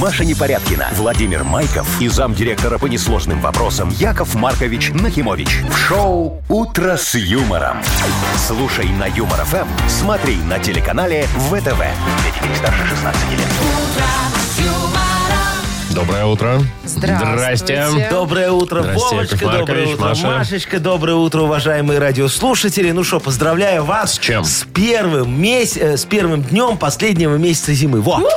Маша Непорядкина, Владимир Майков и замдиректора по несложным вопросам Яков Маркович Нахимович. В шоу «Утро с юмором». Слушай на Юмор ФМ, смотри на телеканале ВТВ. Для детей старше 16 лет. Доброе утро. Здравствуйте. Здрасте. Доброе утро, Здрасте, Вовочка, Яков Маркович, доброе утро, Маша. Машечка, доброе утро, уважаемые радиослушатели. Ну что, поздравляю вас с чем? С первым, меся- э, с первым днем последнего месяца зимы. Во! Ну,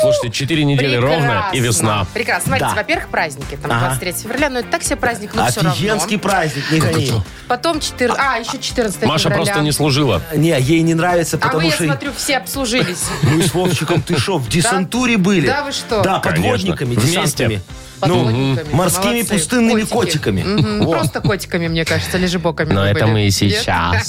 Слушайте, 4 недели ровно и весна. Прекрасно. Смотрите, Да. во-первых, праздники. Там Ага. 23 февраля, но это так себе праздник, но все Офигенский ну, равно. праздник, не гони. Потом 4... А, еще 14 Маша февраля. просто не служила. Не, ей не нравится, А вы, потому я что... смотрю, все обслужились. Мы с Вовчиком, ты шо, в десантуре были? Да вы что? Да, Конечно. подводниками, Вместе. десантами. Ну, Подводниками. морскими Молодцы. пустынными котиками. Мгм. Во. Просто котиками, мне кажется, лежебоками. Но вы это были. мы и Нет? сейчас.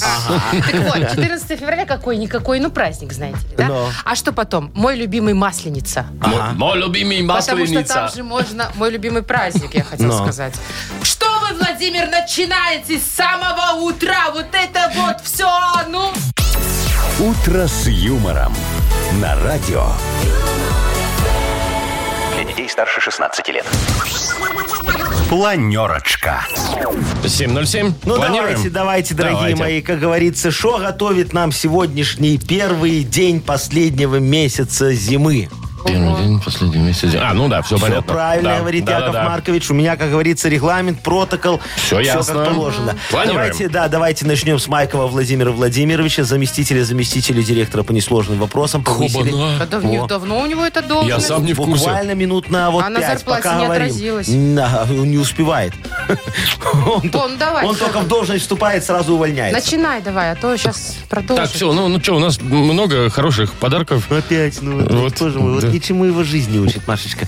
Так вот, 14 февраля какой-никакой, ну праздник, знаете ли, да? Да. А что потом? Мой любимый Масленица. Мой- Мой любимый Потому что там масленица. же можно... Мой любимый праздник, я хотела Но. сказать. Что вы, Владимир, начинаете с самого утра? Вот это вот все, ну... «Утро с юмором» на радио. Для детей старше 16 лет. Планерочка. 7.07. Ну Планируем? давайте, давайте, дорогие Давайте. мои, как говорится, что готовит нам сегодняшний первый день последнего месяца зимы? Первый день, последний месяц. А, ну да, все, Все понятно. правильно Да, говорит да, Яков да, да. Маркович. У меня, как говорится, регламент, протокол. Всё ясно. как положено. Планируем. Давайте, да, давайте начнем с Майкова Владимира Владимировича, заместителя заместителя директора по несложным вопросам. Повысили. Хобана. Да давно, Во. давно у него это должность. Я сам не в курсе. Буквально минут на вот А на пять, зарплате пока не говорим. отразилось? На, он не успевает. Он, Да, ну давай, он что только там? в должность вступает, сразу увольняется. Начинай давай, а то сейчас продолжим. Так, все, ну, ну что, у нас много хороших подарков. Опять, ну вот, Вот, тоже мы, вот да. ничему его жизнь не учит, Машечка.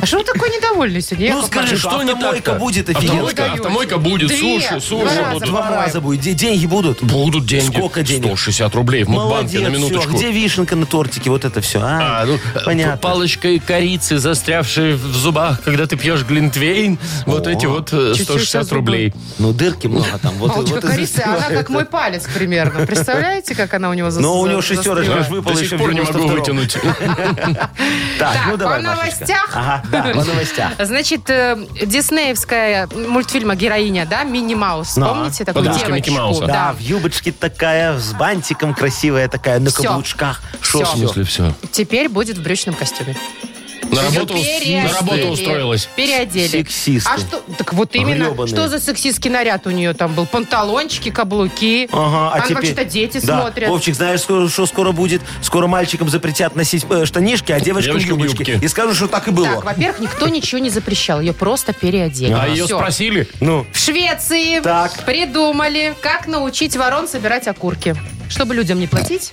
А что вы такой недовольный сегодня? Ну Яков скажи, Маркович? что Что не автомойка так-то? будет Автомойка, офигенская. Ой, автомойка будет, Две. суши, суши раза. будут. Два по-моему. раза будет. Де- Деньги будут? Будут деньги. Сколько денег? 160 рублей в Мудбанке на все. минуточку. Где вишенка на тортике? Вот это все. А, А, ну, э, понятно. Палочкой корицы, застрявшей в зубах, когда ты пьешь глинтвейн, вот эти вот э, Чуть-чуть 160 зубы. рублей. Ну, дырки много там. Вот, А у тебя вот и корица, она застревает. как мой палец примерно. Представляете, как она у него застряла? Но у него шестерочка ж выпала До еще сих в пор не могу 92-м. вытянуть. Так, Так, ну давай, по Машечка. новостях? Ага, да, по новостях. Значит, э, диснеевская мультфильма героиня, да, Минни Маус. Да. Помните такую Подружка девочку? Микки Мауса. Да, в юбочке такая, с бантиком красивая такая, на Всё. каблучках. Всё. Шо В смысле все? Теперь будет в брючном костюме. На работу, Её на работу переодели. устроилась. Переодели. Сексисты. А что? Так вот именно. Грёбаные. Что за сексистский наряд у нее там был? Панталончики, каблуки. Ага, а там теперь... вообще-то дети Да. смотрят. Вовчик, знаешь, скоро, что скоро будет? Скоро мальчикам запретят носить э, штанишки, а девочкам Девочкам юбочки. юбки. И скажут, что так и было. Так, во-первых, никто ничего не запрещал. Ее просто переодели. А ее Всё. спросили? ну, В Швеции Так. придумали, как научить ворон собирать окурки. Чтобы людям не платить.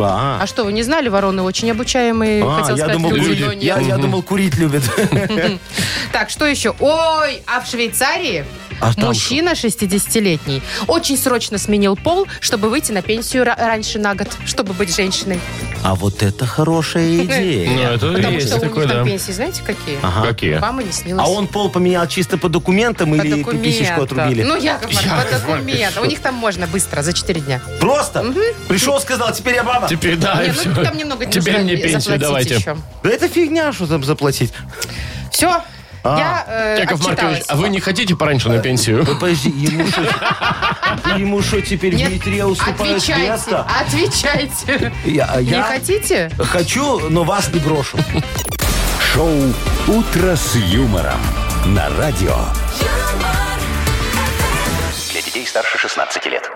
а, А что, вы не знали, вороны очень обучаемые, А, хотел я, сказать, думал, люди, люди. но курить, нет. я, я думал, курить любят. Так, что еще? Ой, а в Швейцарии А там мужчина 60-летний очень срочно сменил пол, чтобы выйти на пенсию ра- раньше на год, чтобы быть женщиной. А вот это хорошая Ну, идея. это Потому есть что у такое, них там да. пенсии, знаете, какие? Ага. Какие? Вам и не снилось. А он пол поменял чисто по документам по или документам. писечку отрубили? Ну, Яков Маркович, Яков по документам. У них там можно быстро, за 4 дня. Просто? Пришел, сказал, теперь я баба. Теперь, да, и Не, А, всё. ну, там немного Теперь нужно мне и пенсию заплатить давайте. еще. Да это фигня, что там заплатить. Все, А. я э, Яков Маркович, отчиталась. а вы не хотите пораньше на пенсию? Подожди, ему что... Ему что, теперь Нет, Дмитрия уступает Отвечайте, место? отвечайте. Я, Не я хотите? хочу, но вас не брошу. Шоу «Утро с юмором» на радио. Для детей старше 16 лет.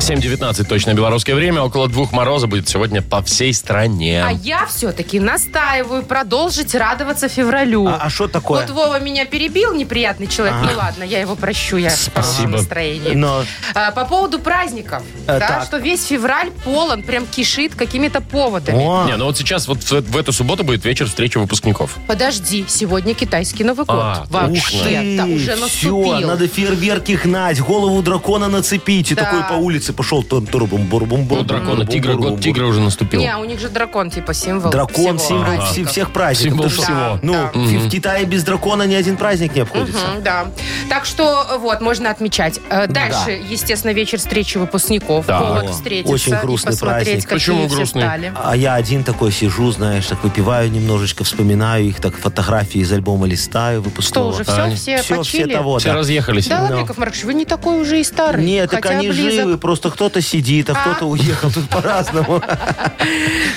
7.19 точно белорусское время. Около двух мороза будет сегодня по всей А стране. я все-таки настаиваю продолжить радоваться февралю. А что такое? Вот Вова меня перебил, неприятный человек. Ну ладно, я его прощу, я в хорошем Спасибо. настроении. Но- А, по поводу праздников, Э, да, так. что весь февраль полон, прям кишит какими-то поводами. О, Не, ну вот сейчас, вот в, в эту субботу будет вечер встречи выпускников. Подожди, сегодня китайский Новый год. А, Ух Вообще-то ты, уже все, наступил. надо фейерверки гнать, голову дракона нацепить и Да. такой по улице и пошел там турбум бурбум бурбум. Ну, дракона, тигра, год тигра уже наступил. Не, у них же дракон, типа, символ всего. Дракон символ праздника. вси- всех праздников. Символ Ты что? всего. Ну, Да. фи- в Китае без дракона ни один праздник не обходится. Мгм, да. Так что э, вот, можно отмечать. Э, Дальше, естественно, вечер встречи выпускников. Да. Повод О, встретиться очень и грустный посмотреть, праздник. какие Почему все грустный? стали. А я один такой сижу, знаешь, так выпиваю немножечко, вспоминаю их, так фотографии из альбома листаю, Что, выпускного. уже все, Таня. все, все, почили? все того, Все да. разъехались. Да ладно, Яков Маркович, вы не такой уже и старый. Нет, так хотя они близок. живы, просто кто-то сидит, а, кто-то уехал, тут по-разному.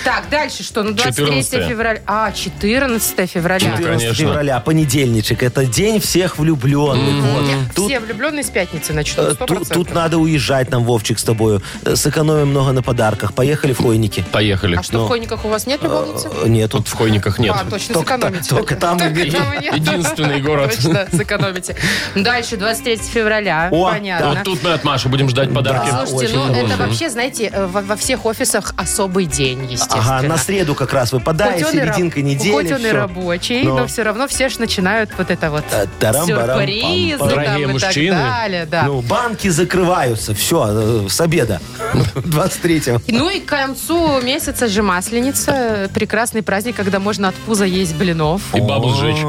Так, дальше что? Ну, 23 14. февраля. А, 14 февраля. Ну, 14 конечно. февраля, понедельничек, это день всех влюбленных. вот. Тут- Все влюбленные с пятницы начнут, э, 100%. Тут, тут надо уезжать нам, Вовчик, с тобою. Э, Сэкономим много на подарках. Поехали в Хойники. Поехали. А что, в Хойниках у вас нет любовницы? Э, Нет, тут Тут в хойниках нет. А, точно, Только та- сэкономите. только там и Только бери. там и нет. Единственный город. Точно, сэкономите. Дальше, 23 февраля. О, Вот Понятно. тут мы от Маши будем ждать подарки. Да. Слушайте, А, очень ну это нужно. вообще, знаете, э, во, во всех офисах особый день, естественно. Ага, на среду как раз Хоть выпадает, он и раб- серединка недели. Хоть он и всё. рабочий, но. Но. все равно все же начинают вот это вот Э, тарам-барам-пам-пам. сюрпризы Дорогие там и так мужчины. далее. Да. Ну, банки закрываются, все, с обеда, 23-го. Ну и к концу месяца же масленица. Прекрасный праздник, когда можно от пуза есть блинов. И бабу сжечь.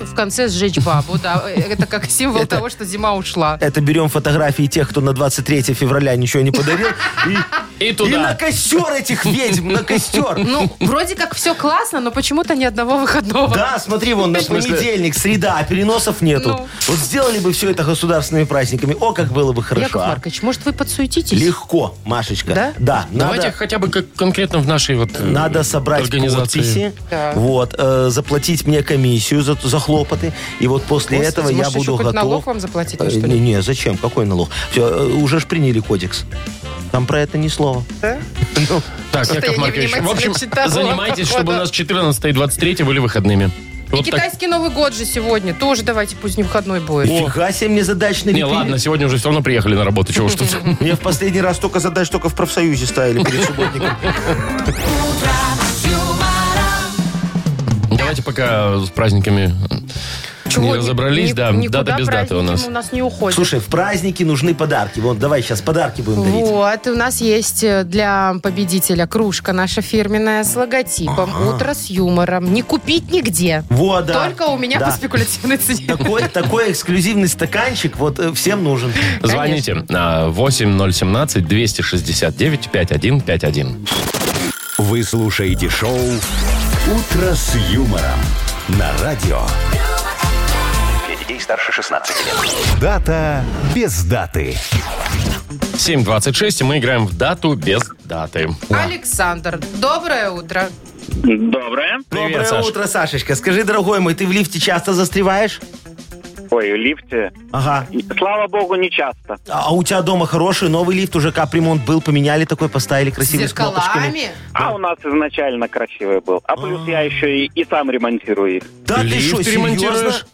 В конце сжечь бабу, да. Э, Это как символ того, что зима ушла. Это берем фотографии тех, кто на 23 февраля ничего не подарил, и, И и на туда. костер этих ведьм, на костер. Ну, вроде как все классно, но почему-то ни одного выходного. Да, смотри, вон на смысле? понедельник, среда, а переносов нету. Ну. Вот сделали бы все это государственными праздниками. О, как было бы хорошо. Яков а. Маркович, может, вы подсуетитесь? Легко, Машечка. Да? Да, Давайте надо- хотя бы как конкретно в нашей вот э, Надо собрать организации. подписи, Так. вот, э, заплатить мне комиссию за, за хлопоты, и вот после Господи, этого я может, еще буду хоть готов. налог вам заплатить, ну, Э, что ли? не, не, зачем? Какой налог? Все, уже ж приняли кодекс. Там про это ни слова. Так, Что-то Яков я Маркович, в общем, невнимательно читала, занимайтесь, чтобы у походу. нас 14 и 23 были выходными. И Вот так. китайский Новый год же сегодня. Тоже давайте пусть не выходной будет. Фига себе мне задач Не, налепили. ладно, сегодня уже все равно приехали на работу, чего уж тут. Мне в последний раз только задач только в профсоюзе ставили перед субботником. Ну, Давайте пока с праздниками Чего, не ни- разобрались, ни- да, никуда дата без даты у праздники нас. у нас не уходит. Слушай, в праздники нужны подарки. Вон, давай сейчас подарки будем дарить. Вот, у нас есть э, для победителя кружка наша фирменная с логотипом «Утро с юмором». Не купить нигде. Вот, да. Только у меня Да. по спекулятивной цене. Такой, такой эксклюзивный стаканчик вот э, всем нужен. Звоните на 8017-269-5151. Вы слушаете шоу «Утро с юмором» на радио. Для детей старше 16 лет. Дата без даты. 7.26, и мы играем в дату без даты. Ну, Александр, доброе утро. Доброе. Привет, Доброе Саш. утро, Сашечка. Скажи, дорогой мой, ты в лифте часто застреваешь? Ой, в лифте. Ага. И, Слава богу, не часто. А у тебя дома хороший новый лифт, уже капремонт был, поменяли такой, поставили С красивый с кнопочками. зеркалами? А у нас изначально красивый был. А плюс я еще и, и сам ремонтирую их. Да ты Лифт что, серьезно? ремонтируешь?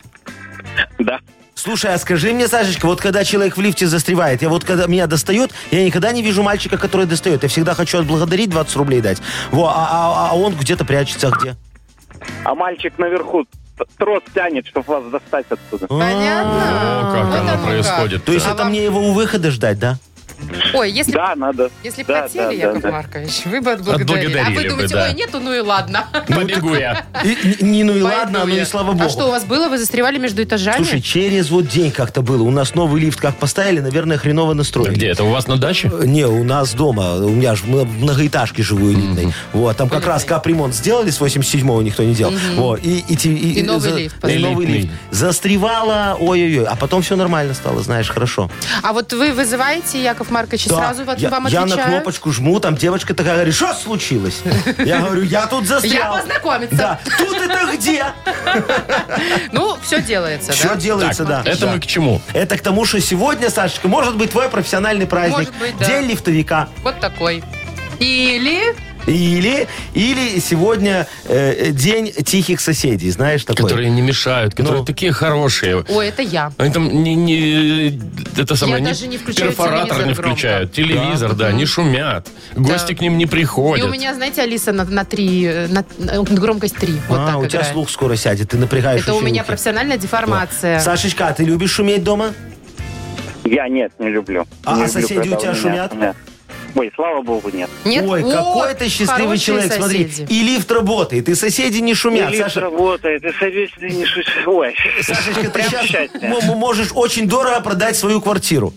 Да. Слушай, а скажи мне, Сашечка, вот когда человек в лифте застревает, я вот когда меня достает, я никогда не вижу мальчика, который достает. Я всегда хочу отблагодарить, 20 рублей дать. Во, а, а- а он где-то прячется, а где? А мальчик наверху т- трос тянет, чтобы вас достать отсюда. Ну, Понятно. О, А, как Вот оно оно происходит. То есть А это вам- мне его у выхода ждать, да? как. Ой, если Да, надо. Если бы Да, хотели, да, Яков да, да. Маркович, вы бы отблагодарили. а Отблагодарили вы думаете, бы, да. ой, нету, ну и ладно. Побегу я. И- и- не, ну и Пойду ладно, ну я. и слава богу. А что у вас было? Вы застревали между этажами? Слушай, через вот день как-то было. У нас новый лифт как поставили, наверное, хреново настроили. Где это? У вас на даче? Э, Не, у нас дома, у меня же в многоэтажке живу элитной. Вот, там как раз капремонт сделали, с 87-го никто не делал. Вот, и, и, те- и- И новый за- лифт и поставили. новый лифт. Элитный. Застревала, ой-ой-ой, а потом все нормально стало, знаешь, хорошо. а вот вы вызываете, Яков Маркович, и Да, сразу вот я, вам я отвечают? на кнопочку жму, там девочка такая говорит, что случилось? Я говорю, я тут застрял. Я познакомиться. Да, тут это где? Ну, все делается, Все да? делается, да. Это Да. мы к чему? Это к тому, что сегодня, Сашечка, может быть твой профессиональный праздник. Может быть, да. День лифтовика. Вот такой. Или... Или, или сегодня э, день тихих соседей, знаешь, такой. Которые не мешают, которые Ну. такие хорошие. Ой, это я. Они там не, не- это самое, даже не включаю перфоратор не телевизор громко. включают, телевизор, да, не шумят, гости Да. к ним не И приходят. у меня, знаете, Алиса на, на три, э, на, на громкость три. Вот а, так у тебя играет. слух скоро сядет, ты напрягаешь Это у меня уши и профессиональная ухи. деформация. Сашечка, а ты любишь шуметь дома? Я нет, не люблю. А- Не а люблю, соседи когда у тебя шумят? меня- Ой, слава богу, нет. Нет? Ой, Вот, какой ты счастливый хорошие человек, соседи. смотри. И лифт работает, и соседи не шумят. И лифт Саша, работает, и садись, и не шути. Ой, Сашечка, ты прям сейчас счастье. можешь очень дорого продать свою квартиру.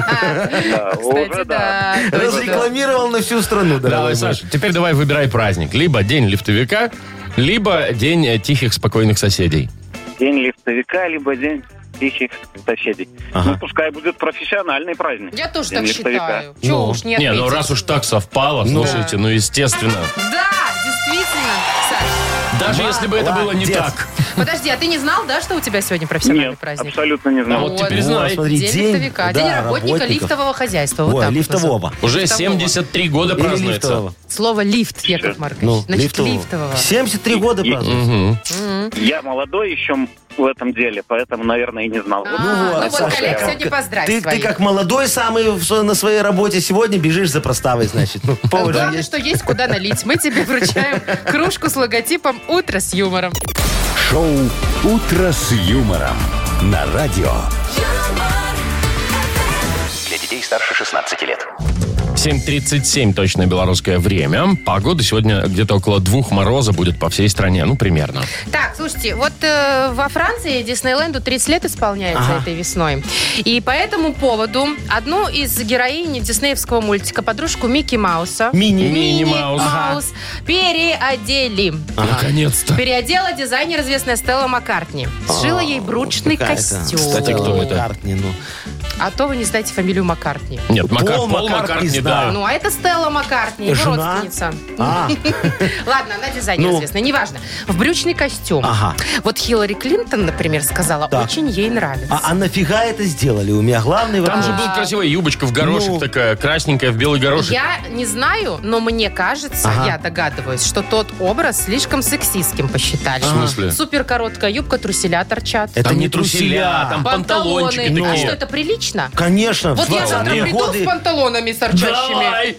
да, Кстати, уже да. да. точно. Разрекламировал на всю страну, Давай, дорогой мой. Саш, теперь давай выбирай праздник. Либо день лифтовика, либо день э, тихих, спокойных соседей. День лифтовика, либо день тихих соседей. Ну, пускай будет профессиональный праздник. Я тоже День так лифтовика. считаю. Чего уж не Не, ну отметить. раз уж так совпало, слушайте, ну естественно. Да, действительно, Саш. Даже если бы это было не Молодец. так. Подожди, а ты не знал, да, что у тебя сегодня профессиональный Нет, праздник? абсолютно не А знаю. вот теперь знай. Ну, смотри, день, день, лифтовика, да, день работника работников. лифтового хозяйства. вот Ой, так вот лифтового. назовем. Уже Лифтового. 73 года Или празднуется. лифтового. Слово лифт, Яков Маркович. Ну, Значит, лифтового. лифтового. 73 года И- празднуется. Мгм. Я молодой еще м- в этом деле, поэтому, наверное, и не знал. А, Вот ну вот, Саша, коллег, я- сегодня поздравь Ты, ты своих. как молодой самый в со- на своей работе сегодня бежишь за проставой, значит. Ну, повод же Главное, есть. что есть куда налить. Мы тебе вручаем кружку с логотипом «Утро с юмором». Шоу «Утро с юмором» на радио. Для детей старше 16 лет. 7.37 точное белорусское время. Погода сегодня где-то около двух мороза будет по всей стране. Ну, примерно. Так, слушайте, вот э, во Франции Диснейленду 30 лет исполняется этой весной. И по этому поводу одну из героинь диснеевского мультика, подружку Микки Мауса, Мини. Мини-Маус. Маус, переодели. Наконец-то. Переодела дизайнер известная Стелла Маккартни. Сшила ей брючный А, Какая-то. костюм. Кстати, кто это? Маккартни, ну. А то вы не знаете фамилию Маккартни. Нет, Пол Макар, Пол Маккартни Маккартни, знаю. да. Ну, а это Стелла Маккартни, его Жена? родственница. А, Ладно, она дизайнер Ну. известная, неважно. В брючный костюм. Ага. Вот Хиллари Клинтон, например, сказала, Так. очень ей нравится. а, а нафига это сделали? У меня главный Там вопрос. же был красивая юбочка в горошек Ну. такая, красненькая, в белый горошек. Я не знаю, но мне кажется, Ага. я догадываюсь, что тот образ слишком сексистским посчитали. В смысле? Супер короткая юбка, труселя торчат. Это Там не не труселя, труселя. там панталончики Панталоны. А такие. что, это прилично? Конечно, Вот в я завтра 20-е приду годы с панталонами с торчащими. Давай!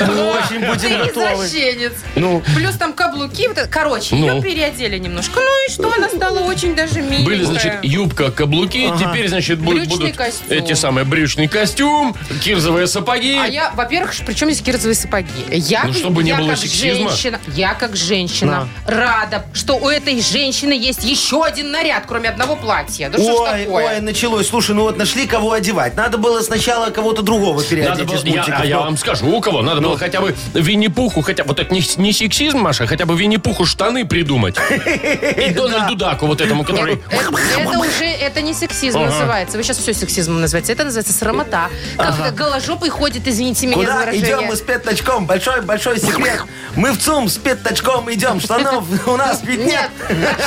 мы очень будем Ты готовы. извращенец. Ну. Плюс там каблуки. вот это- Короче, Ну. ее переодели немножко. Ну и что, она стала очень даже миленькая. Были, значит, юбка, каблуки, теперь, значит, бу- Брючный будут костюм. эти самые брючный костюм, кирзовые сапоги. А я, во-первых, причем здесь кирзовые сапоги? Я, Ну, чтобы не я было как сексизма. женщина, я как женщина рада, что у этой женщины есть еще один наряд, кроме одного платья. Да что ж Ой, такое? ой, началось. Слушай, ну вот нашли кого одевать. Надо было сначала кого-то другого Надо переодеть было- из я, мультиков. а я Ну, вам скажу, у кого надо было хотя бы Винни-Пуху, хотя вот это не, не сексизм, Маша, а хотя бы Винни-Пуху штаны придумать. И Дональду Даку вот этому, который... Э, Это, это уже, это не сексизм Ага. называется. Вы сейчас все сексизмом называете. Это называется срамота. Как голожопый ходит, извините меня за Куда выражение. идем мы с пятачком? Большой-большой секрет. Мы в ЦУМ с пятачком идем. Штанов у нас ведь нет. Нет.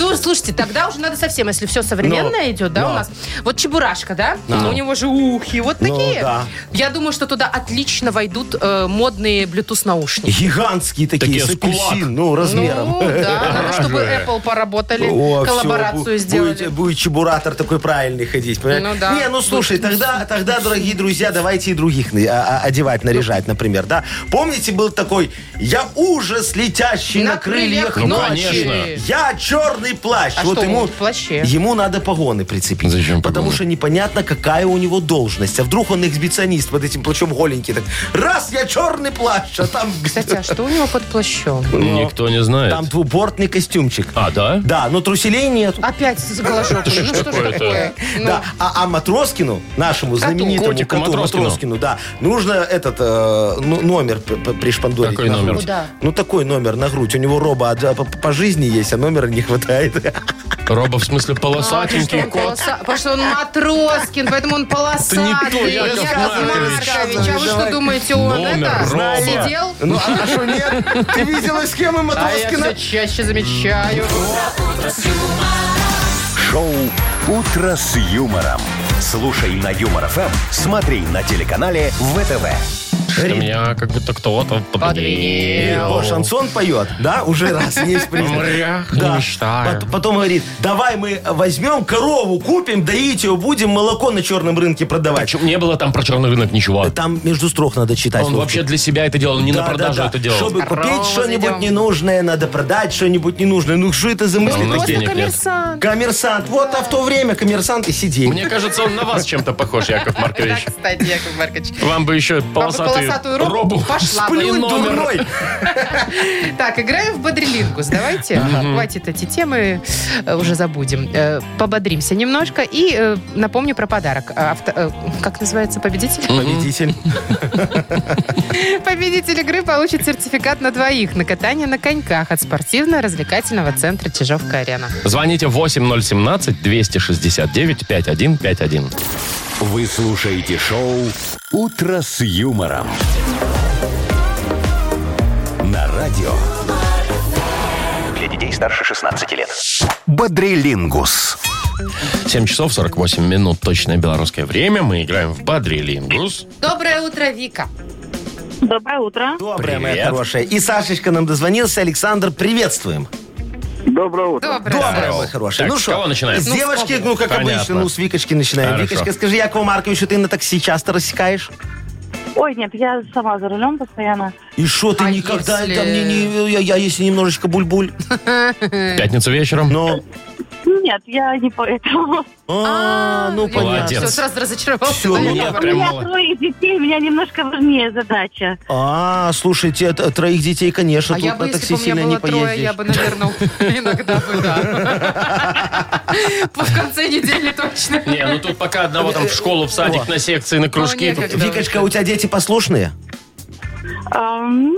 Ну, слушайте, тогда уже надо совсем, если все современное идет, да, да. у нас. Вот Чебурашка, да? У него же ухи вот Ну, такие. да. Я думаю, что туда отлично войдут э, модные Bluetooth наушники. Гигантские такие, Такие с с кулак. апельсин, ну, размером. Ну, да, надо, чтобы Рожая. Apple поработали, О, всё, бу- коллаборацию сделали. Будет, будет чебуратор такой правильный ходить, понимаешь? Ну да. Не, ну слушай, тогда, тогда, дорогие друзья, давайте и других на- а- а- одевать, наряжать, Ну. например, да? Помните, был такой «Я ужас, летящий на, На крыльях Ну, ночи. конечно. Я черный плащ. А вот что ему, он в плаще? Ему надо погоны прицепить. Зачем Потому погоны? что непонятно, какая у него должность. А вдруг он эксбиционист под этим плащом голенький. Так, раз, я черный плащ, а там... Кстати, а что у него под плащом? Никто не знает. ну, Там двубортный костюмчик. А, да? Да, но труселей нет. Опять с голожопой. Ну что ж Какое-то. такое? А, Ну, Да, а, а Матроскину, нашему знаменитому Котику коту Матроскину. Матроскину. да, нужно этот э, ну, номер п- п- пришпандорить. Какой на номер? грудь. Куда? Ну, такой номер на грудь. У него роба од- по, по жизни есть, а номера не хватает. Роба, в смысле, а, потому что полосатенький он кот. полоса- Потому что он матроскин, поэтому он полосатый. Это не то, Яков Маркович. А вы что Давай. думаете, он Номер это роба. сидел? Ну, а что нет? Ты видела схемы А я Матроскина? все чаще замечаю. Шоу «Утро с юмором». Слушай на Юмор ФМ, смотри на телеканале ВТВ. Что меня как будто кто-то О, подвинил. шансон поет, да, уже раз, есть признак. Мрях, не мечтаю. Пот- Потом говорит, давай мы возьмем корову, купим, доить ее, будем молоко на черном рынке продавать. Чё, Не было там про черный рынок ничего. Там между строк надо читать. Он Вовчик. вообще для себя это делал, не на Да, да, продажу да. это делал. Чтобы Корову купить что-нибудь зайдем. ненужное, надо продать что-нибудь ненужное. Ну что это за мысли? Ну, такие? Просто денег нет. коммерсант. Коммерсант. Вот, а в то время коммерсант и сидел. Мне кажется, он на вас чем-то похож, Яков Да, Маркович. кстати, Яков Маркович. Вам бы еще полосатый полосатую робу пошла бы. и Плюнь, номер. дурной. Так, играем в бодрилингус. Давайте. Хватит эти темы, э, уже забудем. Э, Пободримся немножко и э, напомню про подарок. А, авто- э, Как называется победитель? Победитель. Победитель игры получит сертификат на двоих на катание на коньках от спортивно-развлекательного центра Чижовка-Арена. Звоните 8017-269-5151. Вы слушаете шоу «Утро с юмором». На радио Для детей старше 16 лет. «Бодрилингус». 7 часов 48 минут, точное белорусское время. Мы играем в Бадрилингус. Доброе утро, Вика. Доброе утро. Добрая моя Привет. хорошая. И Сашечка нам дозвонился. Александр, приветствуем. Доброе утро. Доброе. Доброе, Здорово. мой хороший. Так, ну с что, кого начинаем? С Ну, девочки, ну, как Понятно. обычно, ну, с Викочки начинаем. Хорошо. Викочка, скажи, Якову Марковичу, ты на такси часто рассекаешь? Ой, нет, я сама за рулем постоянно. И что ты А никогда... если- да мне не- я, я если немножечко буль-буль. Э. В Пятницу вечером. Но... Нет, я не поэтому. А, ну, понятно. молодец. Все, сразу разочаровался. Всё, наверное, нет, во У прям меня мало. трое детей, у меня немножко важнее задача. А, слушайте, это- троих детей, конечно, А тут я бы, на если такси бы у меня сильно не было трое, поездишь. я бы, наверное, иногда бы, да. По- В конце недели точно. Не, ну тут пока одного там в школу, в садик, на секции, на кружки. э, Ну, некогда. Тут- Викочка, у тебя дети послушные? Ам,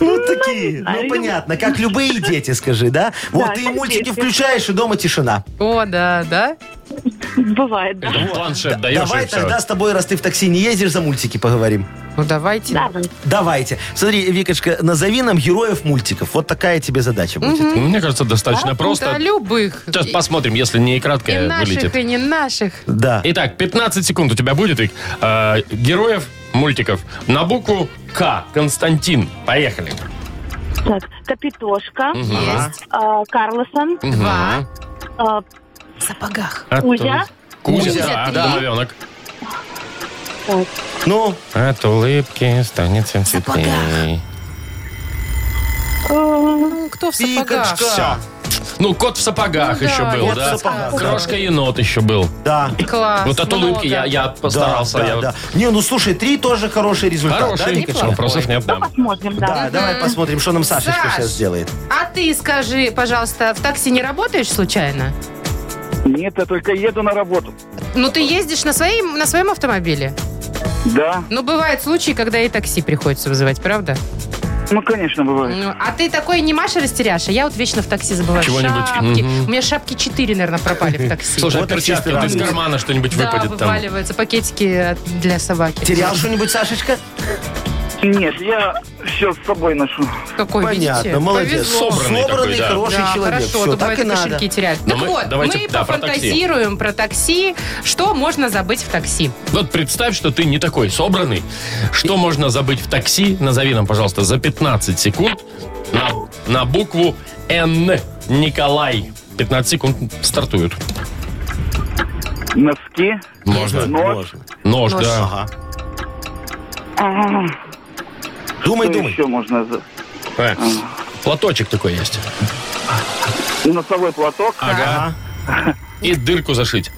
Ну, такие, знаю. ну, понятно, как любые дети, скажи, да? Вот Да, ты как мультики дети. включаешь, и дома тишина. О, да, да. бывает, да. Это Планшет даешь Давай и всё. тогда с тобой, раз ты в такси не ездишь, за мультики поговорим. Ну, давайте. Да, Давайте. Смотри, Викочка, назови нам героев мультиков. Вот такая тебе задача будет. Мне кажется, достаточно Ну, Да, просто. любых. Сейчас И- посмотрим, если не И краткая вылетит. наших, и не наших. Да. Итак, 15 секунд у тебя будет, Вик. Э, героев мультиков на букву К. Константин. Поехали. так. Капитошка, Есть. а, Карлсон, Два. а, В сапогах. Кузя. Кузя, Кузя, да, три. да, домовенок. так, Ну, От улыбки станет всем светлее. а, Ну, кто в сапогах? Викочка. Ну, кот в сапогах Ну еще да, был, кот в да? сапогах, да. Крошка-енот еще был. Да. Класс. вот от много. улыбки я, я постарался. да, я да, вот- да. Не, ну слушай, три тоже хороший результат, да, Хороший, Викочка? вопросов нет, да. посмотрим, Да, да. давай посмотрим, что нам Сашечка Саш. сейчас сделает. А ты скажи, пожалуйста, в такси не работаешь случайно? Нет, я только еду на работу. Ну, ты ездишь на, своей, на своем автомобиле? Да, Ну, бывают случаи, когда и такси приходится вызывать, правда? ну, конечно, бывает. Ну, а ты такой не Маша растеряша? Я вот вечно в такси забываю Чего-нибудь. шапки. Мгм. У меня шапки 4, наверное, пропали в такси. Слушай, а Вот и все перчатки, вот из стирали. кармана что-нибудь да, выпадет там. вываливаются пакетики от- для собаки. Терял что-нибудь, Сашечка? Нет, я все с собой ношу. Какой, Понятно, видите? молодец. Повезло. Собранный Собранный, такой, да. хороший Да, человек. хорошо, Все, то так бывает, и надо. кошельки теряли. Но так мы- вот, давайте, мы да, про такси. пофантазируем про такси. что можно забыть в такси. Вот представь, что ты не такой собранный. Что можно забыть в такси? Назови нам, пожалуйста, за 15 секунд на, на букву Н. Николай. 15 секунд стартуют. Носки, Ну, а Можно. нож. Нож, Нож. да. Ага. А, Думай, Что думай. еще можно? за- Э, Платочек такой есть. Носовой платок, Ага. И дырку зашить.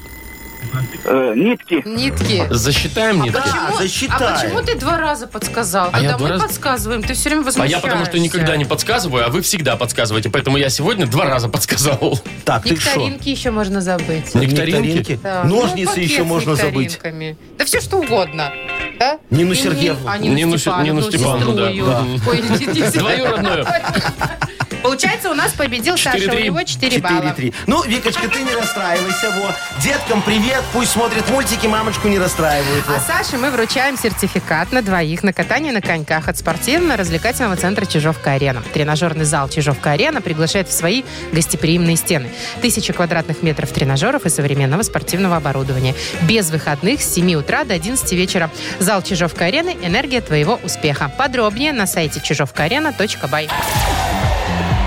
э, нитки. Нитки. Засчитаем нитки? Да, А засчитай. почему ты два раза подсказал? А я Когда два мы раза- подсказываем, ты все время А возмущаешься. я потому что никогда не подсказываю, а вы всегда подсказываете. Поэтому я сегодня два раза подсказал. Так, ты что? Нектаринки еще можно забыть. Нектаринки? Да. Ну, Ножницы пакет еще с можно забыть. викторинками. Да все что угодно. Да? Нину И Сергеевну. а Нину Нину Се- Степановну, Нину Степановну, сестру да. ее. Ой, не- не- не- Двоюродную. Получается, у нас победил Саша. У 4-3. него 4 балла. 4-3. Ну, Викочка, ты не расстраивайся, во. Деткам привет, пусть смотрят мультики, мамочку не расстраивают. А Саше мы вручаем сертификат на двоих на катание на коньках от спортивно-развлекательного центра «Чижовка-арена». Тренажерный зал «Чижовка-арена» приглашает в свои гостеприимные стены. Тысяча квадратных метров тренажеров и современного спортивного оборудования. Без выходных с 7 утра до 11 вечера. Зал «Чижовка-арены» – энергия твоего успеха. Подробнее на сайте чижовкаарена.бай.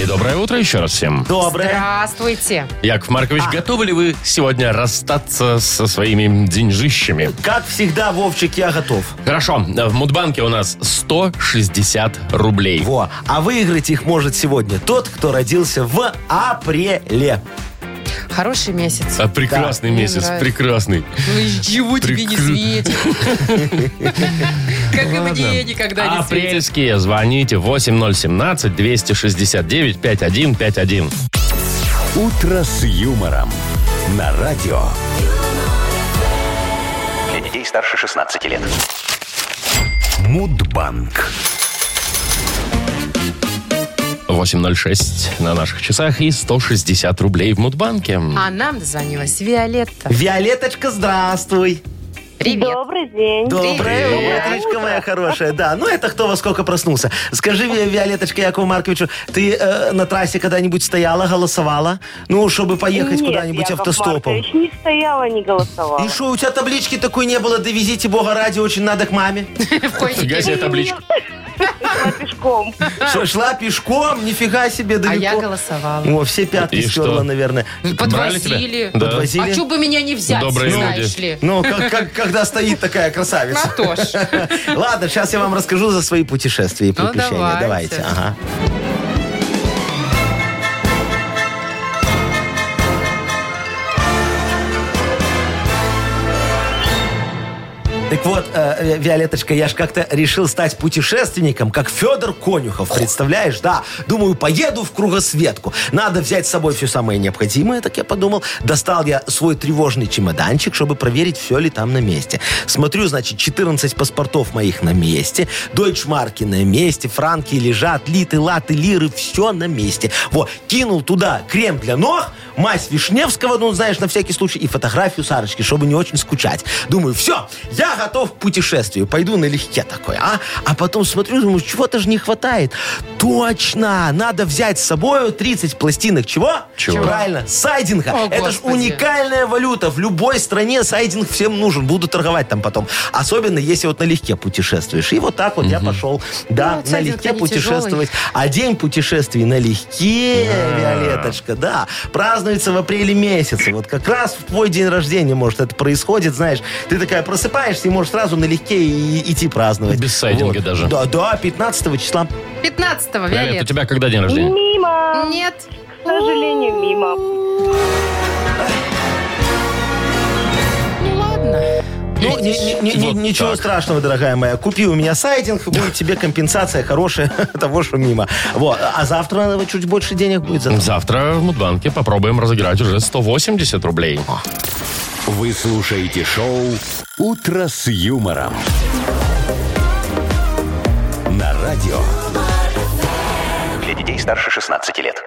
И доброе утро еще раз всем. Доброе. Здравствуйте. Яков Маркович, готовы ли вы сегодня расстаться со своими деньжищами? Как всегда, Вовчик, я готов. Хорошо, в Мудбанке у нас 160 рублей. Во. А выиграть их может сегодня тот, кто родился в апреле. Хороший месяц. А, прекрасный Да, мне месяц, нравится. прекрасный. Ну ничего тебе не Прикры- светит. Как и мне Ладно. А никогда не светит. Апрельские, звоните 8017-269-5151. Утро с юмором. На радио. Для детей старше 16 лет. Мудбанк. 8.06 на наших часах и 160 рублей в Мудбанке. А нам дозвонилась Виолетта. Виолеточка, здравствуй. Привет. Добрый день. Доброе утречко, моя хорошая. Да, ну это кто во сколько проснулся. Скажи, Ви- Виолеточка Якову Марковичу, ты э, на трассе когда-нибудь стояла, голосовала? Ну, чтобы поехать Нет, куда-нибудь Яков автостопом. Маркович, не стояла, не голосовала. И что, у тебя таблички такой не было? Довезите бога ради, очень надо к маме. Фига себе табличка. Шла пешком. Что, шла пешком? Нифига себе, А я далеко. голосовала. О, все пятки И что? стерла, наверное. Брали тебя? Подвозили. Да. Подвозили? А что бы меня не взять, Добрые знаешь люди. ли? Ну, как, как- когда стоит такая красавица. А то ж. Ладно, сейчас я вам расскажу за свои путешествия и Ну, приключения. давайте. давайте. ага. Так вот, э, Виолеточка, я ж как-то решил стать путешественником, как Федор Конюхов, представляешь? Да, думаю, поеду в кругосветку. Надо взять с собой все самое необходимое, так я подумал. Достал я свой тревожный чемоданчик, чтобы проверить, все ли там на месте. Смотрю, значит, 14 паспортов моих на месте, дойчмарки на месте, франки лежат, литы, латы, лиры, все на месте. Вот, кинул туда крем для ног, мазь Вишневского, ну, знаешь, на всякий случай, и фотографию Сарочки, чтобы не очень скучать. Думаю, все, я готов к путешествию, пойду налегке такой, а? А потом смотрю, думаю, чего-то же не хватает. Точно, надо взять с собой 30 пластинок чего? Чего? Правильно, сайдинга. О, Это же Господи. уникальная валюта. В любой стране сайдинг всем нужен. Буду торговать там потом. Особенно, если вот налегке путешествуешь. И вот так вот я пошел. Да, вот сайдинг-то налегке не путешествовать. А день путешествий налегке, Виолеточка, да. Празднуется в апреле месяце. Вот как раз в твой день рождения, может, это происходит, знаешь. Ты такая просыпаешься и можешь сразу налегке и, и идти праздновать. Без сайдинга Вот. даже. Да, да, 15 числа. 15 Виолетта, у Виолетта. тебя когда день рождения? Мимо. Нет. К сожалению, мимо. Ну ладно. Ну, ни- ни- ни- ни- Вот ничего так. страшного, дорогая моя. Купи у меня сайдинг, будет тебе компенсация хорошая того, что мимо. Вот. А завтра наверное, чуть больше денег будет. Завтра. Завтра в Мудбанке попробуем разыграть уже 180 рублей. Вы слушаете шоу Утро с юмором. На радио. Для детей старше 16 лет.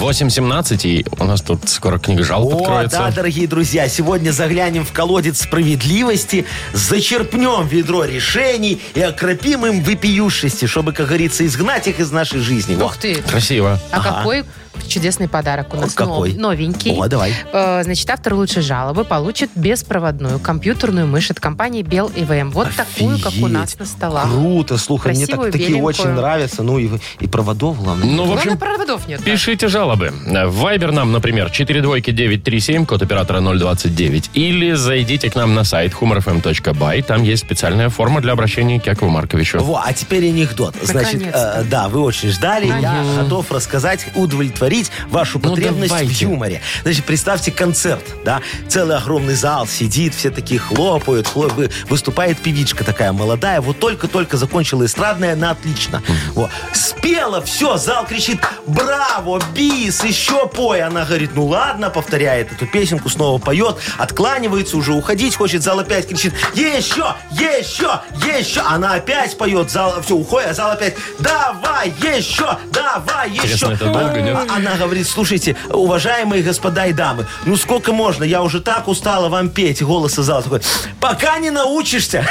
8.17, и у нас тут скоро книга жалоб О, откроется. да, дорогие друзья, сегодня заглянем в колодец справедливости, зачерпнем ведро решений и окропим им вопиюшести, чтобы, как говорится, изгнать их из нашей жизни. Во. Ух ты. Красиво. А какой чудесный подарок у нас. Какой? нов- Новенький. О, давай. Э, Значит, автор лучшей жалобы получит беспроводную компьютерную мышь от компании Bell EVM. Вот такую, как у нас Офигеть. на столах. Круто, слушай, мне Красивую, так- такие беленькую. очень нравятся. Ну и, и проводов, главное. Ну, в Главное, общем, проводов нет. пишите жалобы. В Viber нам, например, 42937, код оператора 029. Или зайдите к нам на сайт humorfm.by. Там есть специальная форма для обращения к Якову Марковичу. Во, а теперь анекдот. Значит, Наконец-то. э, да, вы очень ждали. Я готов рассказать, удовлетворить удовлетворить вашу Ну, потребность в давайте. юморе. Значит, представьте концерт, да, целый огромный зал сидит, все такие хлопают, хлоп- вы- выступает певичка такая молодая, вот только-только закончила эстрадная, она отлично. Во. Спела, все, зал кричит, браво, бис, еще пой. Она говорит, ну ладно, повторяет эту песенку, снова поет, откланивается, уже уходить хочет, зал опять кричит, еще, еще, еще. Она опять поет, зал, все, уходит, а зал опять, давай, еще, давай, еще. Интересно, это долго, нет? А Она говорит, слушайте, уважаемые господа и дамы, ну сколько можно, я уже так устала вам петь. И Голос из зала такой, пока не научишься.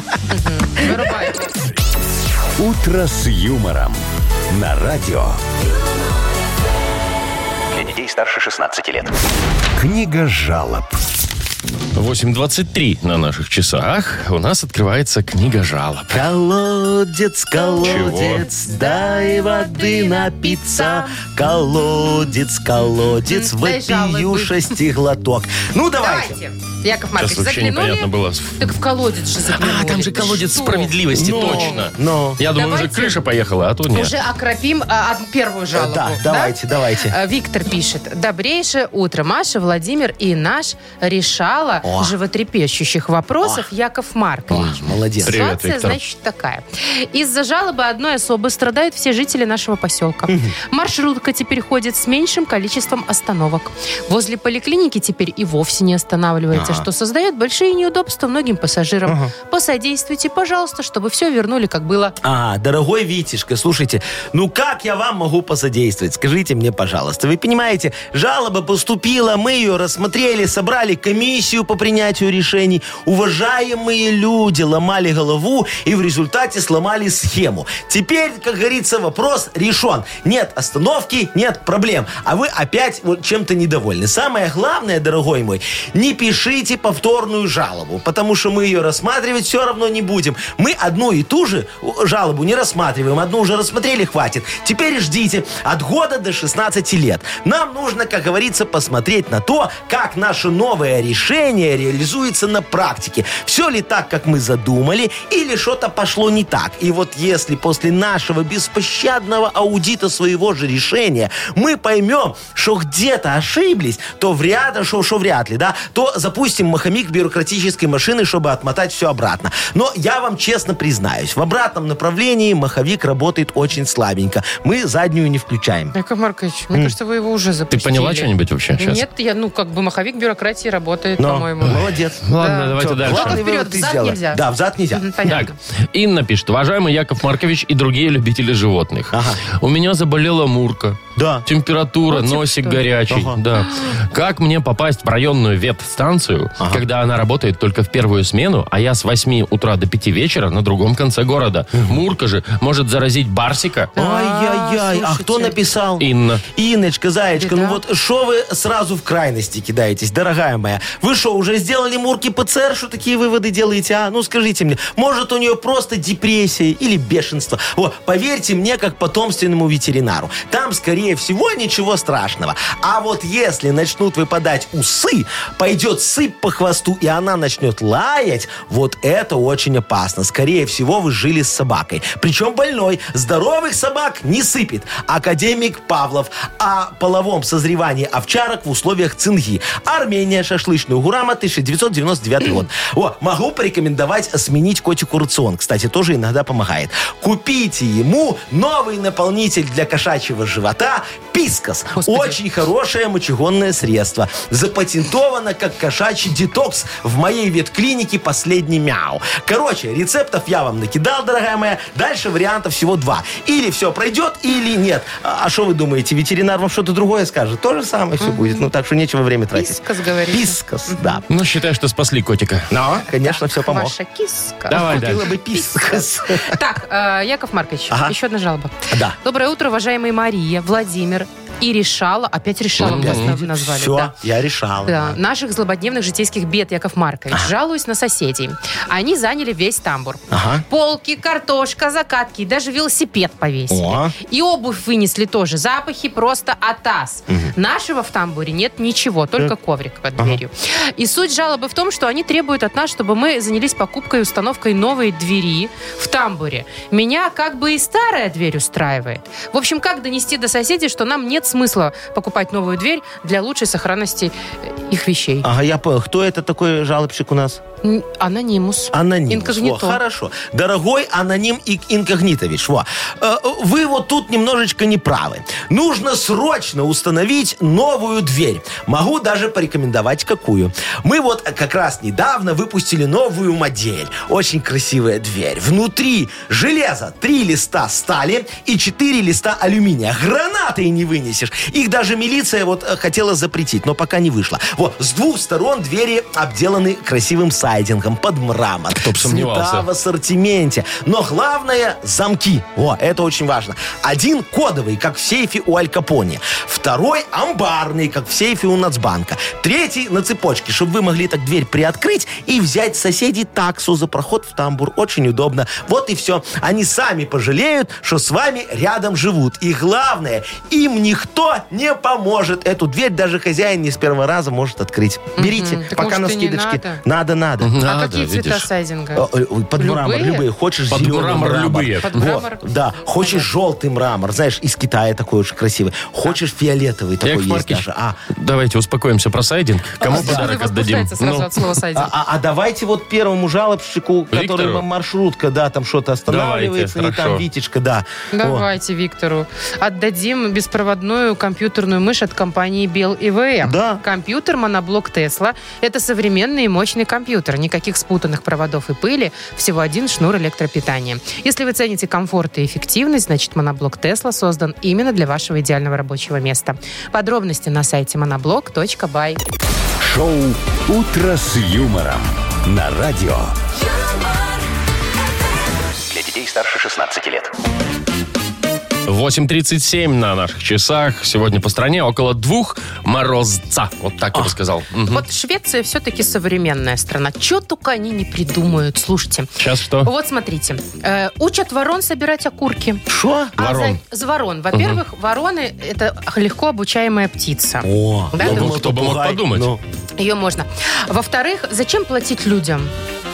Вырубай. «Утро с юмором» на радио. Для детей старше 16 лет. Книга жалоб. 8.23 на наших часах у нас открывается книга жалоб. Колодец, колодец, дай воды напиться. Колодец, колодец, Мгм, дай выпью жалобы. шести глоток. Ну, давайте. Давайте. Яков Маркович, Сейчас вообще непонятно заглянули. было. Так в колодец же заглянули. А, там же колодец Что? справедливости, точно. Ну, Я думаю, уже Давайте. крыша поехала, а тут нет. Э, Уже окропим а, од- первую жалобу. да, давайте, давайте. А, Виктор пишет. Добрейшее утро. Маша, Владимир и наш решала О. животрепещущих вопросов Яков Маркович. Молодец. Привет, Ситуация, Виктор. значит, такая. Из-за жалобы одной особы страдают все жители нашего поселка. Маршрутка теперь ходит с меньшим количеством остановок. Возле поликлиники теперь и вовсе не останавливается, что создает большие неудобства многим пассажирам. Посодействуйте, пожалуйста, чтобы все вернули, как было. А, дорогой Витишка, слушайте, ну как я вам могу посодействовать? Скажите мне, пожалуйста. Вы понимаете, жалоба поступила, мы ее рассмотрели, собрали комиссию по принятию решений. Уважаемые люди ломали голову и в результате сломали схему. Теперь, как говорится, вопрос решен. Нет остановки, нет проблем. А вы опять вот чем-то недовольны. Самое главное, дорогой мой, не пишите повторную жалобу, потому что мы ее рассматривать все равно не будем. Мы одну и ту же жалобу не рассматриваем. Одну уже рассмотрели, хватит. Теперь ждите от года до 16 лет. Нам нужно, как говорится, посмотреть на то, как наше новое решение реализуется на практике. Все ли так, как мы задумали, или что-то пошло не так. И вот если после нашего беспощадного аудита своего же решения мы поймем, что где-то ошиблись, то вряд ли, что, что вряд ли, да, то запустим маховик бюрократической машины, чтобы отмотать все обратно. Но я вам честно признаюсь, в обратном направлении маховик работает очень слабенько. Мы заднюю не включаем. Яков Маркович, мне кажется, вы его уже Хм. Ты запустили. поняла что-нибудь вообще сейчас? Ну, Нет, я, ну, как бы маховик бюрократии работает, Но, по-моему. молодец. Ладно, Да. давайте Всё, дальше. Ладно, главный вперед, вывод ты взад сделала. нельзя. Да, взад нельзя. Мгм, Понятно. Так, Инна пишет. Уважаемый Яков Маркович и другие любители животных. Ага. У меня заболела мурка. Да. Температура, Вот типа носик того. горячий. Ага. Да. Как мне попасть в районную ветстанцию, когда она работает только в первую смену, а я с 8 утра до 5 вечера на другом конце города? Мурка же может заразить Барсика. Ай-яй-яй, а слушайте. кто написал? Инна. Инночка, Заячка, Беда. ну вот что вы сразу в крайности кидаетесь, дорогая моя? Вы что, уже сделали Мурки ПЦР, что такие выводы делаете, а? Ну скажите мне, может у нее просто депрессия или бешенство? Вот, поверьте мне, как потомственному ветеринару, там, скорее всего, ничего страшного. А вот если начнут выпадать усы, пойдет сыпь по хвосту, и она начнет лаять, вот это очень опасно. Скорее всего, вы жили с собакой. Причем больной. Здоровых собак не сыпет. Академик Павлов. О половом созревании овчарок в условиях цинги. Армения, шашлычный Гурама, 1999 год. О, могу порекомендовать сменить котику рацион. Кстати, тоже иногда помогает. Купите ему новый наполнитель для кошачьего живота Пискас. Господи. Очень хорошее мочегонное средство. Запатентовано как кошачий детокс в моей ветклинике «Последний мяу». Короче, рецептов я вам накидал, дорогая моя. Дальше вариантов всего два. Или все пройдет, или нет. А что вы думаете, ветеринар вам что-то другое скажет? То же самое все будет. Ну так что нечего время тратить. Пискас, говорите. Пискас, да. Ну, считай, что спасли котика. Но, конечно, все помог. Ваша киска. Давай Купила дальше. бы пискас. Так, э, Яков Маркович, Ага. еще одна жалоба. Да. Доброе утро, уважаемые Мария, Владимир, И решала, опять решала, мы вас Опять. нав- назвали. Все, да. я решала. Да, наших злободневных житейских бед, Яков Маркович. Жалуюсь на соседей. Они заняли весь тамбур. Ага. Полки, картошка, закатки, и даже велосипед повесили. О. а? И обувь вынесли тоже. Запахи просто атас. Нашего в тамбуре нет ничего, Э. только коврик под дверью. И суть жалобы в том, что они требуют от нас, чтобы мы занялись покупкой и установкой новой двери в тамбуре. Меня как бы и старая дверь устраивает. В общем, как донести до соседей, что нам нет смысла покупать новую дверь для лучшей сохранности э, их вещей? Ага, я понял. Кто это такой жалобщик у нас? Н- Анонимус. Аноним. Инкогнито. хорошо. Дорогой аноним и инкогнитович, во. Э, Вы вот тут немножечко не правы. Нужно срочно установить новую дверь. Могу даже порекомендовать какую. Мы вот как раз недавно выпустили новую модель. Очень красивая дверь. Внутри железо, три листа стали и четыре листа алюминия. Гранаты не вынесешь. Их даже милиция вот э, хотела запретить, но пока не вышло. Вот, с двух сторон двери обделаны красивым сайдингом под мрамор. Кто б сомневался. в ассортименте. Но главное – замки. О, это очень важно. Один кодовый, как в сейфе у Аль Капоне. Второй – амбарный, как в сейфе у Нацбанка. Третий – на цепочке, чтобы вы могли так дверь приоткрыть и взять соседей таксу за проход в тамбур. Очень удобно. Вот и все. Они сами пожалеют, что с вами рядом живут. И главное, им никто не поможет. Эту дверь даже хозяин не с первого раза может открыть. Берите, Так, может, пока на и не скидочке. надо? Надо, надо. а Надо, какие цвета видишь. Э, сайдинга? э, Под мрамор Любые? любые. Хочешь Под зеленый мрамор любые. Под Во, мрамор? Да. Хочешь Понятно. желтый мрамор, знаешь, из Китая такой очень красивый. Хочешь фиолетовый такой Яков есть Маркич, даже. А, давайте успокоимся про сайдинг. Кому Господи, подарок отдадим? возбуждается сразу Ну, от слова сайдинг. а- а- а давайте вот первому жалобщику, который Виктору? м- маршрутка, да, там что-то останавливается, Давайте, и там хорошо. Витечка, да. О. Давайте Виктору отдадим беспроводную компьютерную мышь от компании Bell EVM. Да. Компьютер моноблок Тесла. Это современный и мощный компьютер. Никаких спутанных проводов и пыли. Всего один шнур электропитания. Если вы цените комфорт и эффективность, значит моноблок Тесла создан именно для вашего идеального рабочего места. Подробности на сайте monoblock.by. Шоу «Утро с юмором» на радио. Для детей старше 16 лет. Ну, 8.37 на наших часах. Сегодня по стране около двух морозца. Вот так я бы сказал. Мгм. Вот Швеция все-таки современная страна. Че только они не придумают. Слушайте. Сейчас что? Вот смотрите, э, учат ворон собирать окурки. Шо? А Ворон. за- с ворон. Во-первых, вороны это легко обучаемая птица. О, Да, я ну, думал, кто бы мог попугай. подумать. Ну, Ее можно. Во-вторых, зачем платить людям?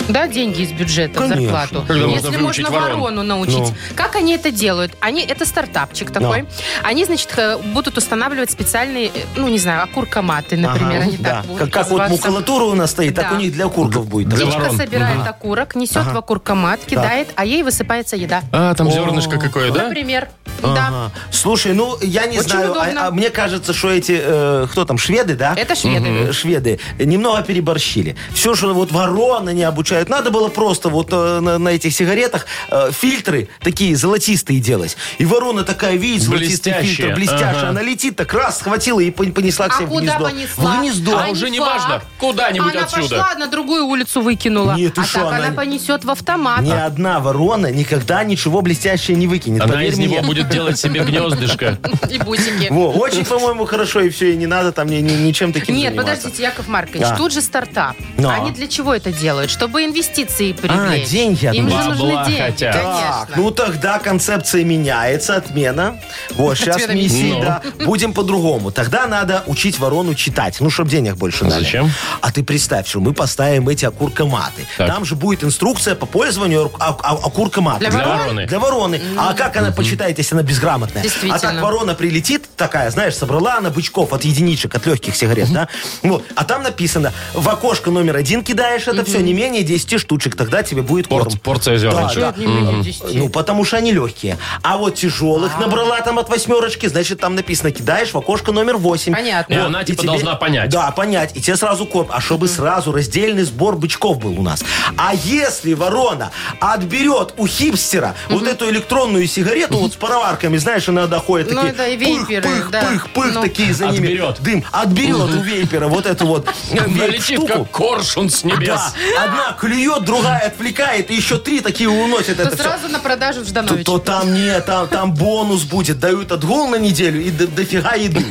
Да, деньги из бюджета, Конечно. зарплату. Когда можно Если выучить можно ворон. ворону научить. Ну. Как они это делают? Они, это стартапчик такой. Они, значит, э, будут устанавливать специальные, э, ну, не знаю, окуркоматы, например. ага, они да. так будут Как, как вот называться. макулатура у нас стоит, так Да. у них для курков будет. Для такой. Птичка ворон. собирает окурок, несет в окуркомат, кидает, а ей высыпается еда. А, там зернышко какое, да? Например. Да. Ага. Слушай, ну я не Очень знаю, а- удобно. а мне кажется, что эти, э, кто там, шведы, да? Это шведы. Э, шведы немного переборщили. Все, что вот ворона не обучают, надо было просто вот э, на, на этих сигаретах э, фильтры такие золотистые делать. И ворона такая, видит, золотистый Блестящая. фильтр, блестящая. Ага. Она летит так, раз, схватила и пон- понесла к А себе в куда гнездо. понесла? В гнездо. А уже не важно, факт. куда-нибудь она отсюда. пошла, на другую улицу выкинула. Нет, ты а шо, так она... она- понесет в автомат. Ни одна ворона никогда ничего блестящее не выкинет. Она поверь из него мне. будет делать себе гнездышко. И бусики. Во, очень, по-моему, хорошо, и все, и не надо там ни- ни- ничем таким Нет, заниматься. подождите, Яков Маркович, Да. тут же стартап. Но. А, Они для чего это делают? Чтобы инвестиции привлечь. деньги, я Им же думала. нужны Бабла деньги, хотят. конечно. Так, ну тогда концепция меняется, отмена. Вот, сейчас Отмена миссии, миссии. да. Будем по-другому. Тогда надо учить ворону читать. Ну, чтобы денег больше дали. Зачем? А ты представь, что мы поставим эти окуркоматы. Так. Там же будет инструкция по пользованию ок- ок- окуркоматом. Для Для вороны. Для вороны. А как она почитает, если она безграмотная? Действительно. А так ворона прилетит, такая, знаешь, собрала она бычков от единичек, от легких сигарет, да? Вот. А там написано, в окошко номер один кидаешь это все, не менее 10 штучек, тогда тебе будет Порт- корм. порция зернышек. Да, да. Не менее 10. Ну, потому что они легкие. А вот тяжелых набрала там от восьмерочки, значит, там написано, кидаешь в окошко номер 8. Понятно. И она, типа, должна понять. Да, понять. И тебе сразу корм. А чтобы сразу раздельный сбор бычков был у нас. А если ворона отберет у хипстера вот эту электронную сигарету вот с пароварками, знаешь, иногда ходят Ну, такие... да, и вейперы, пых, пых, да. пых, пых, Ну. такие за ними. Отберет. Дым. Отберет у вейпера вот эту вот э, Налетит, штуку. как коршун с небес. Да, одна клюет, другая отвлекает, и еще три такие уносят. То это все. Ну, сразу на продажу в То, Жданович. то там не, там, там бонус будет. Дают отгул на неделю и до- дофига еды.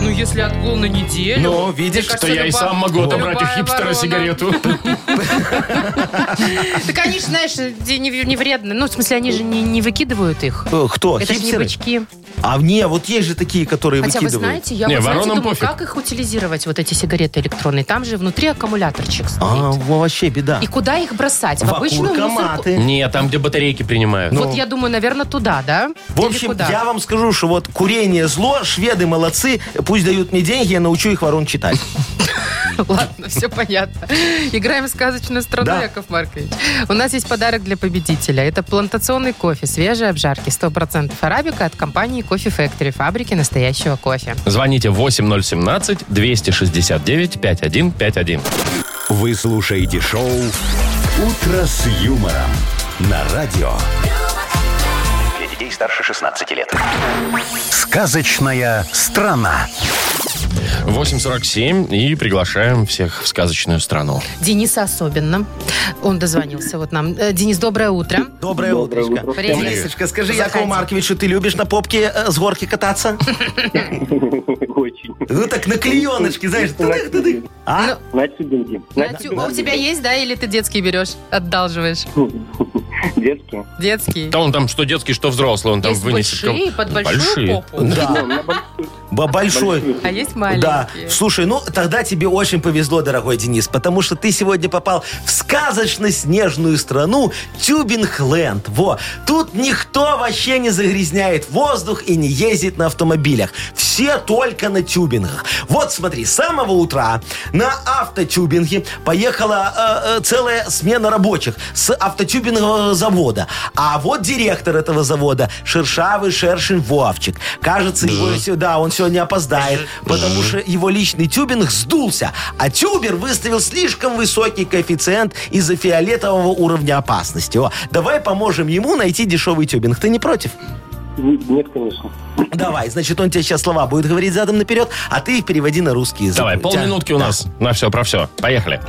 Ну, если отгул на неделю... Ну, видишь, мне Что кажется, я и любая- сам могу отобрать у любая хипстера ворона- сигарету. Да, конечно, знаешь, где не, не вредно. Ну, в смысле, они же не, не выкидывают их. Э, Кто? Это же не Хипстеры? бычки. А не, вот есть же такие, которые Хотя вы выкидывают. знаете, я Не, вот, знаете, воронам думаю, пофиг. как их утилизировать, вот эти сигареты электронные. Там же внутри аккумуляторчик стоит. А, во- вообще беда. И куда их бросать? В, В обычную мусорку? окуркоматы. Не, там, где батарейки принимают. Вот я думаю, наверное, туда, да? Ну. В Или общем, куда? я вам скажу, что вот курение зло, шведы молодцы, пусть дают мне деньги, я научу их ворон читать. Ладно, все понятно. Играем в сказочную страну, Да. Яков Маркович. У нас есть подарок для победителя. Это плантационный кофе свежей обжарки 100% арабика от компании Кофе Factory, фабрики настоящего кофе. Звоните 8017-269-5151. Вы слушаете шоу «Утро с юмором» на радио. Для детей старше 16 лет. Сказочная страна. 8.47 и приглашаем всех в сказочную страну. Дениса особенно. Он дозвонился вот нам. Э, Денис, доброе утро. Доброе утречко. Привет. Лисочка, скажи, Заходи. Якову Марковичу, ты любишь на попке э, с горки кататься? Очень. Ну так на клееночке, знаешь. тудых, тудых. А? На тюбинге. На тю- У тебя есть, да, или ты детский берешь, одалживаешь? Детские. Детский. Да он там что детский, что взрослый, он там есть вынесет. ком- большие под большую Большие. попу, Бо- А? Большой. а есть Да, маленькие. слушай, ну тогда тебе очень повезло, дорогой Денис, потому что ты сегодня попал в сказочно-снежную страну Тюбингленд. Во, тут никто вообще не загрязняет воздух и не ездит на автомобилях. Все только на тюбингах. Вот смотри, с самого утра на автотюбинге поехала э, э, целая смена рабочих с автотюбингового завода. А вот директор этого завода, шершавый шершень Вовчик. Кажется, его се- да, он сегодня опоздает, потому что его личный тюбинг сдулся, а тюбер выставил слишком высокий коэффициент из-за фиолетового уровня опасности. О, давай поможем ему найти дешевый тюбинг. Ты не против? Нет, конечно. Давай, значит, он тебе сейчас слова будет говорить задом наперед, а ты их переводи на русский язык. Давай, тебя- полминутки у Типа, Да. нас на все про все. Поехали.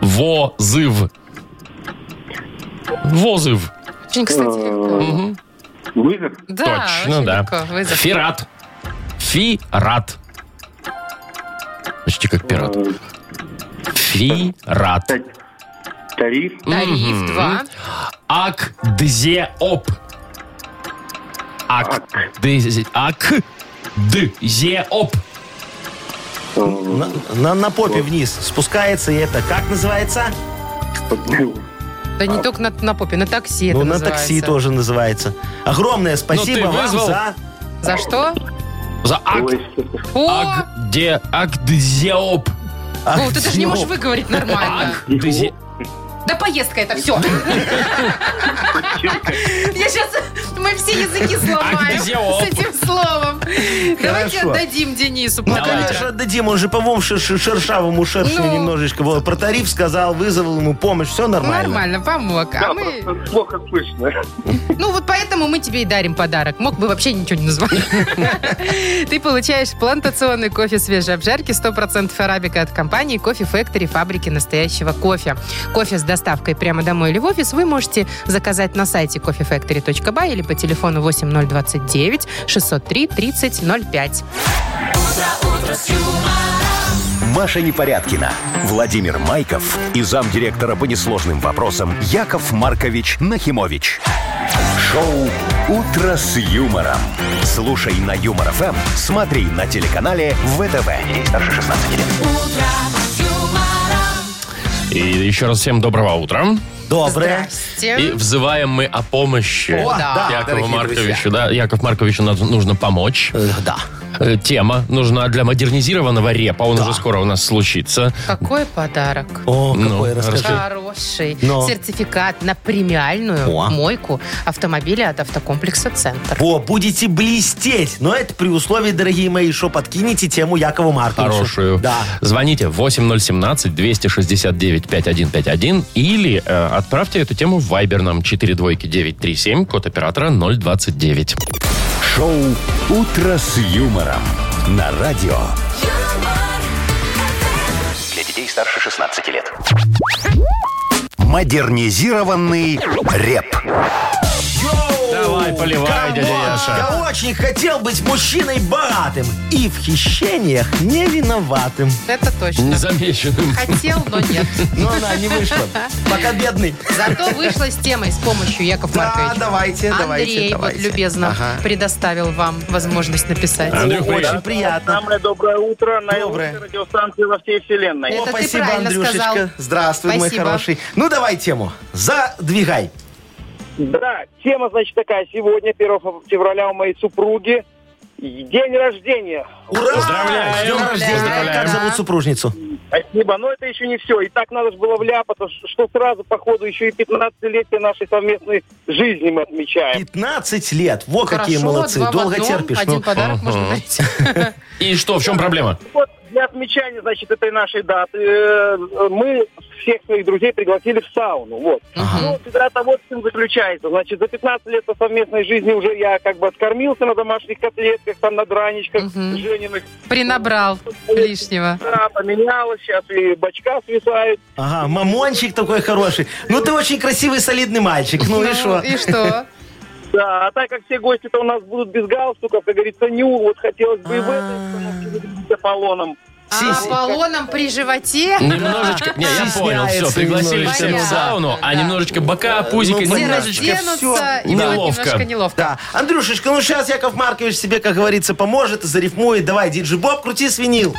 Возыв. Возыв. Очень, кстати, легко. Вызов. Да, Точно, очень да. легко. Вызов. Фират. Фират. Почти как пират. э, Фират. Тариф. Тариф два. Акдзеоп. Акдзе- Акдзеоп. э, На, на- на попе вниз спускается, и это как называется? Да не только на, на попе, на такси это ну, на такси называется. тоже называется. Огромное спасибо вам вызвал. за... За что? За ак... Ой, что-то. О, Акде... Акдзеоп. Вов, ты даже не можешь выговорить нормально. Акдзе- Да поездка это все. Я сейчас... Мы все языки сломаем Акдезиоп. с этим словом. Давайте Хорошо. отдадим Денису Ну, конечно, подарок. отдадим, он же, по-моему, шер- шер- шершавому шершню Ну. немножечко. Вот, про тариф сказал, вызвал ему помощь, все нормально. Нормально, помог. А Да, мы... просто Плохо слышно. Ну вот поэтому мы тебе и дарим подарок. Мог бы вообще ничего не назвать. Ты получаешь плантационный кофе свежей обжарки 100% арабика от компании Кофе Factory, фабрики настоящего кофе. Кофе с доставкой прямо домой или в офис вы можете заказать на сайте coffeefactory.by или по телефону 8029 603 3005. Маша Непорядкина, Владимир Майков и замдиректора по несложным вопросам Яков Маркович Нахимович. Шоу «Утро с юмором». Слушай на Юмор ФМ, смотри на телеканале ВТВ. Ей старше 16 лет. И еще раз всем доброго утра. Доброе. И Здрасте. взываем мы о помощи О, да, Якову дорогие Марковичу. Да, Яков Марковичу надо- нужно помочь. Э, Да. Э, Тема нужна для модернизированного репа. Он уже скоро у нас случится. Какой подарок? О, Ну, какой расскажи. расскажи. Хороший Но. сертификат на премиальную О. мойку автомобиля от автокомплекса «Центр». Во, будете блестеть. Но это при условии, дорогие мои, что подкинете тему Якову Марковичу. Хорошую. Да. Звоните 8017-269-5151 или э, отправьте эту тему в Viber нам 42937, код оператора 029. Шоу «Утро с юмором» на радио. юмор, старше 16 лет. Модернизированный рэп. Йоу! Давай, поливай, Камон! дядя Яша. Я очень хотел быть мужчиной богатым и в хищениях не виноватым. Это точно. Незамеченным. Хотел, но нет. Но она не вышла. Пока бедный. Зато вышла с темой с помощью Яков Да, Маркович. давайте, давайте, Андрей вот давайте. любезно Ага. предоставил вам возможность написать. Андрюх, Очень привет. приятно. Самое доброе утро на Доброе. лучшей радиостанции во всей вселенной. Это О, ты спасибо, правильно Андрюшечка. сказал. Здравствуй, Спасибо. мой хороший. Ну, давай тему. Задвигай. Да, тема, значит, такая. Сегодня, 1 февраля, у моей супруги день рождения. Ура! Поздравляем. С днем рождения. Поздравляем. Как зовут супружницу? Спасибо, но это еще не все. И так надо же было вляпаться, ш- что сразу, походу, еще и 15-летие нашей совместной жизни мы отмечаем. 15 лет. Во, какие Хорошо, молодцы. два в Долго одном, терпишь. Один ну. подарок Ага. можно дарить. И что, в чем проблема? Вот для отмечания, значит, этой нашей даты э, мы всех своих друзей пригласили в сауну. Вот. Мгм. Ну, игра того в чем заключается. Значит, за 15 лет по совместной жизни уже я как бы откормился на домашних котлетках, там на драничках Мгм. Жениных. Принабрал лишнего. Да, поменялось, сейчас и бачка свисают. Ага, мамончик такой хороший. Ну, ты очень красивый, солидный мальчик. Ну, и что? И что? Да, а так как все гости-то у нас будут без галстуков, как говорится, ню, вот хотелось бы и в этой обстановке Аполлоном. А Аполлоном при животе? Ну, Немножечко... Не, я понял, все, Стесняется пригласили немножечко. всех в сауну, а Да. немножечко бока, пузика, Ну, Все понятно. немножечко... разденутся, и будет Неловко. немножко неловко. Да. Андрюшечка, ну сейчас Яков Маркович себе, как говорится, поможет, зарифмует. Давай, диджи Боб, крути свинил.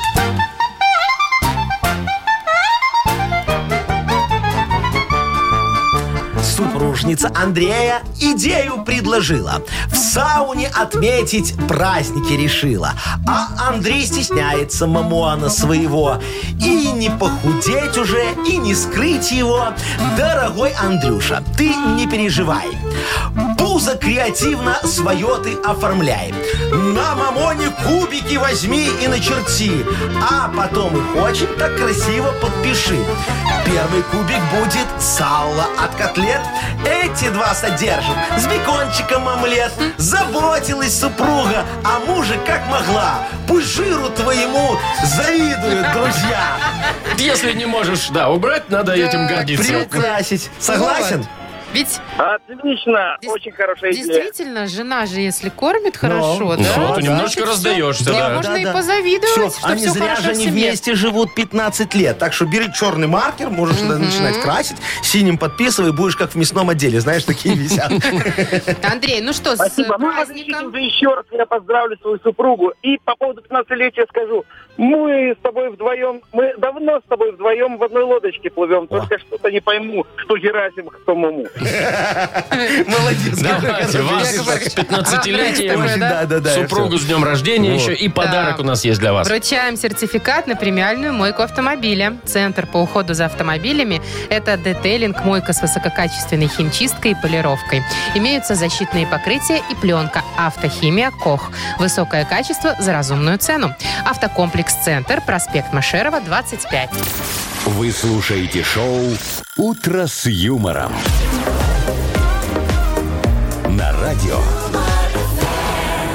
Супружница Андрея идею предложила. В сауне отметить праздники решила. А Андрей стесняется мамуана своего. И не похудеть уже, и не скрыть его. Дорогой Андрюша, ты не переживай. Пузо креативно свое ты оформляй. На мамоне кубики возьми и начерти. А потом их очень так красиво подпиши. Первый кубик будет сало от котлет. Эти два содержим с бекончиком омлет. Заботилась супруга а мужа как могла. Пусть жиру твоему завидуют друзья. Если не можешь, да, убрать, надо этим гордиться. Приукрасить. Согласен? Вот. Ведь Отлично, Дес- очень хорошая идея. действительно, жена же, если кормит хорошо, Ну, да, Ну, Да, ты значит, немножко всё. раздаешься, Да, да. можно и позавидовать, Всё, что они всё зря хорошо же в они семье. вместе живут 15 лет. Так что бери черный маркер, можешь туда начинать красить, синим подписывай, будешь как в мясном отделе. Знаешь, такие висят. Андрей, ну что, Спасибо. с Ну, праздником. подождите, еще раз я поздравлю свою супругу. И по поводу 15-летия скажу. Мы с тобой вдвоем, мы давно с тобой вдвоем в одной лодочке плывем. Только что-то не пойму, что Герасим к самому. Молодец. какой Давайте, хороший вас визит. к Такое, Очень, 15-летию. да? Да, да, да. Супругу с днем рождения еще и подарок Да. у нас есть для вас. Вручаем сертификат на премиальную мойку автомобиля. Центр по уходу за автомобилями – это детейлинг, мойка с высококачественной химчисткой и полировкой. Имеются защитные покрытия и пленка. Автохимия КОХ. Высокое качество за разумную цену. Автокомплекс «Центр», проспект Машерова, 25. Вы слушаете шоу «Утро с юмором». На радио.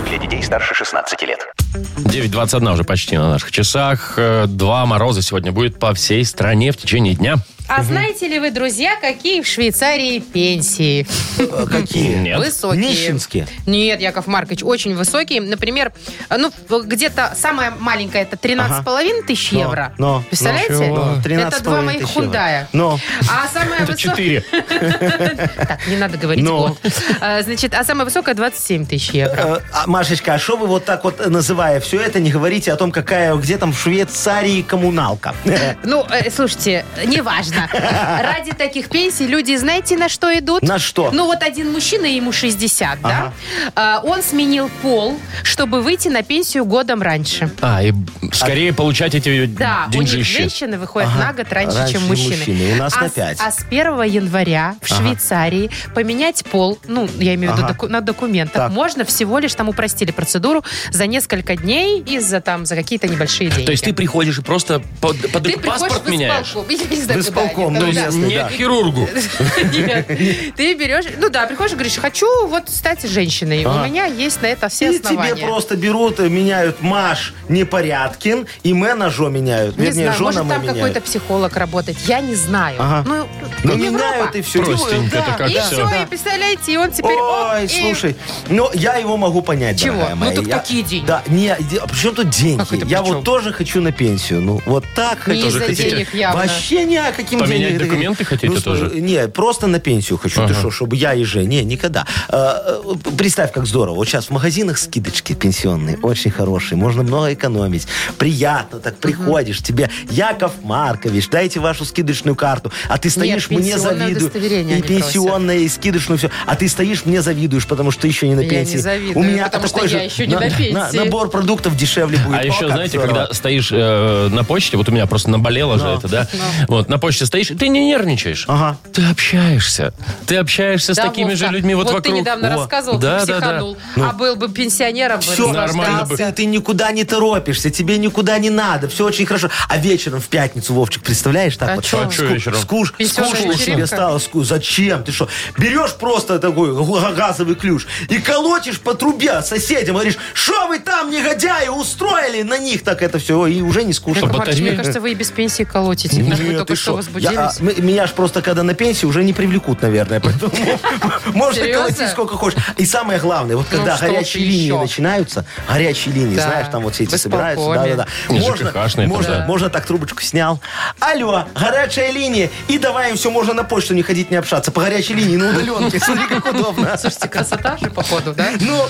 Для детей старше 16 лет. 9.21 уже почти на наших часах. Э, Два мороза сегодня будет по всей стране в течение дня. А знаете ли вы, друзья, какие в Швейцарии пенсии? Э, Какие? Нет. Высокие. Нищенские. Нет, Яков Маркович, очень высокие. Например, э, ну, в- где-то самая маленькая это 13,5 тысяч Но, евро. но, Представляете? но, но, 13,5 это два моих тысяч евро. Ну, хундая. Но. А самая Это высокая... 4. Так, не надо говорить Но. год. Э, Значит, а самая высокая 27 тысяч евро. Э, а, Машечка, а что вы вот так вот, э, называя все это, не говорите о том, какая, где там в Швейцарии коммуналка? Ну, э, слушайте, неважно. Ради таких пенсий люди, знаете, на что идут? На что? Ну, вот один мужчина, ему 60, да? А, Он сменил пол, чтобы выйти на пенсию годом раньше. А, и скорее получать эти Да, у них деньжищи. женщины выходят Ага. на год раньше, Раньше, чем чем мужчины. мужчины. У нас а, на с- пять. А с 1 января в Швейцарии поменять пол, ну, я имею в виду Ага. доку- на документах, Так. можно всего лишь там упростили процедуру за несколько дней и за там за какие-то небольшие деньги. То есть ты приходишь и просто под, под Ты их приходишь паспорт в меняешь? испалку. Я не знаю, В куда Волком, никогда. ну, есть ясно, не да. к хирургу. Нет. Ты берешь, ну да, приходишь и говоришь, хочу вот стать женщиной. У меня есть на это все И основания. тебе просто берут, э, меняют Маш Непорядкин и Мэ на Жо меняют. Не Вернее, знаю, Жо может на Мэ там какой-то меняют. психолог работает, я не знаю. Ага. Ну, Ну, Европа. меняют и все. Простенько это как и все. все, и представляете, и он теперь... оп, Ой, и- слушай, ну я его могу понять, Чего? дорогая Ну, моя. тут Я- какие деньги? Да, не, де- а при чем тут деньги? Как это при я чем? вот тоже хочу на пенсию. Ну, вот так Не хочу. из-за хотите? денег явно. Вообще ни о каким Поменять деньгам. документы хотите Ну, тоже? слушай, Не, просто на пенсию хочу. Ага. Ты что, чтобы я и Жень? Не, никогда. Э, э, Представь, как здорово. Вот сейчас в магазинах скидочки пенсионные, очень хорошие. Можно много экономить. Приятно так приходишь. Тебе Яков Маркович, дайте вашу скидочную карту. А ты стоишь, мне пенсионное завидуешь. удостоверение И они просят. пенсионное, и скидочную, все. А ты стоишь, мне завидуешь, потому что ты еще не на Я пенсии. не завидую, У меня потому что такой я же еще не на- на пенсии. на- набор продуктов дешевле будет. А О, еще, как знаете, здорово. когда стоишь э, на почте, вот у меня просто наболело Ну, же это, да? Вот, на почте стоишь, и ты не нервничаешь. Ага. Ты общаешься. Ты общаешься А. Да, с такими Вовка, же людьми вот, ты вокруг. недавно О. рассказывал, да, ты да, Ну, да. психанул. А был бы пенсионером, бы Все Нормально бы. а ты никуда не торопишься, тебе никуда не надо, все очень хорошо. А вечером в пятницу, Вовчик, представляешь, так А вот чё? А чё ску- вечером? скуш- Пенсионная скучно тебе вечеринка? стало, ску- зачем ты что? Берешь просто такой г- газовый ключ и колотишь по трубе соседям, говоришь, что вы там, негодяи, устроили на них так это все, и уже не скучно. Чтобы Марк, батарея- мне кажется, вы и без пенсии колотите. Так вы Нет, только ты что шо? Я, а, возбудились. м- меня ж просто когда на пенсии уже не привлекут, наверное. Поэтому можно Серьезно? колотить сколько хочешь. И самое главное, вот когда Ну, что горячие ты линии еще? начинаются, горячие линии, Да, знаешь, там вот все эти в собираются. Да, исполкоме. да, да. Не, Можно, ЖКХшные там, можно, да. можно так трубочку снял. Алло, горячая линия. И давай им все, можно на почту не ходить, не общаться. По горячей линии, на удаленке. Смотри, как удобно. Слушайте, красота же, походу, да? Ну,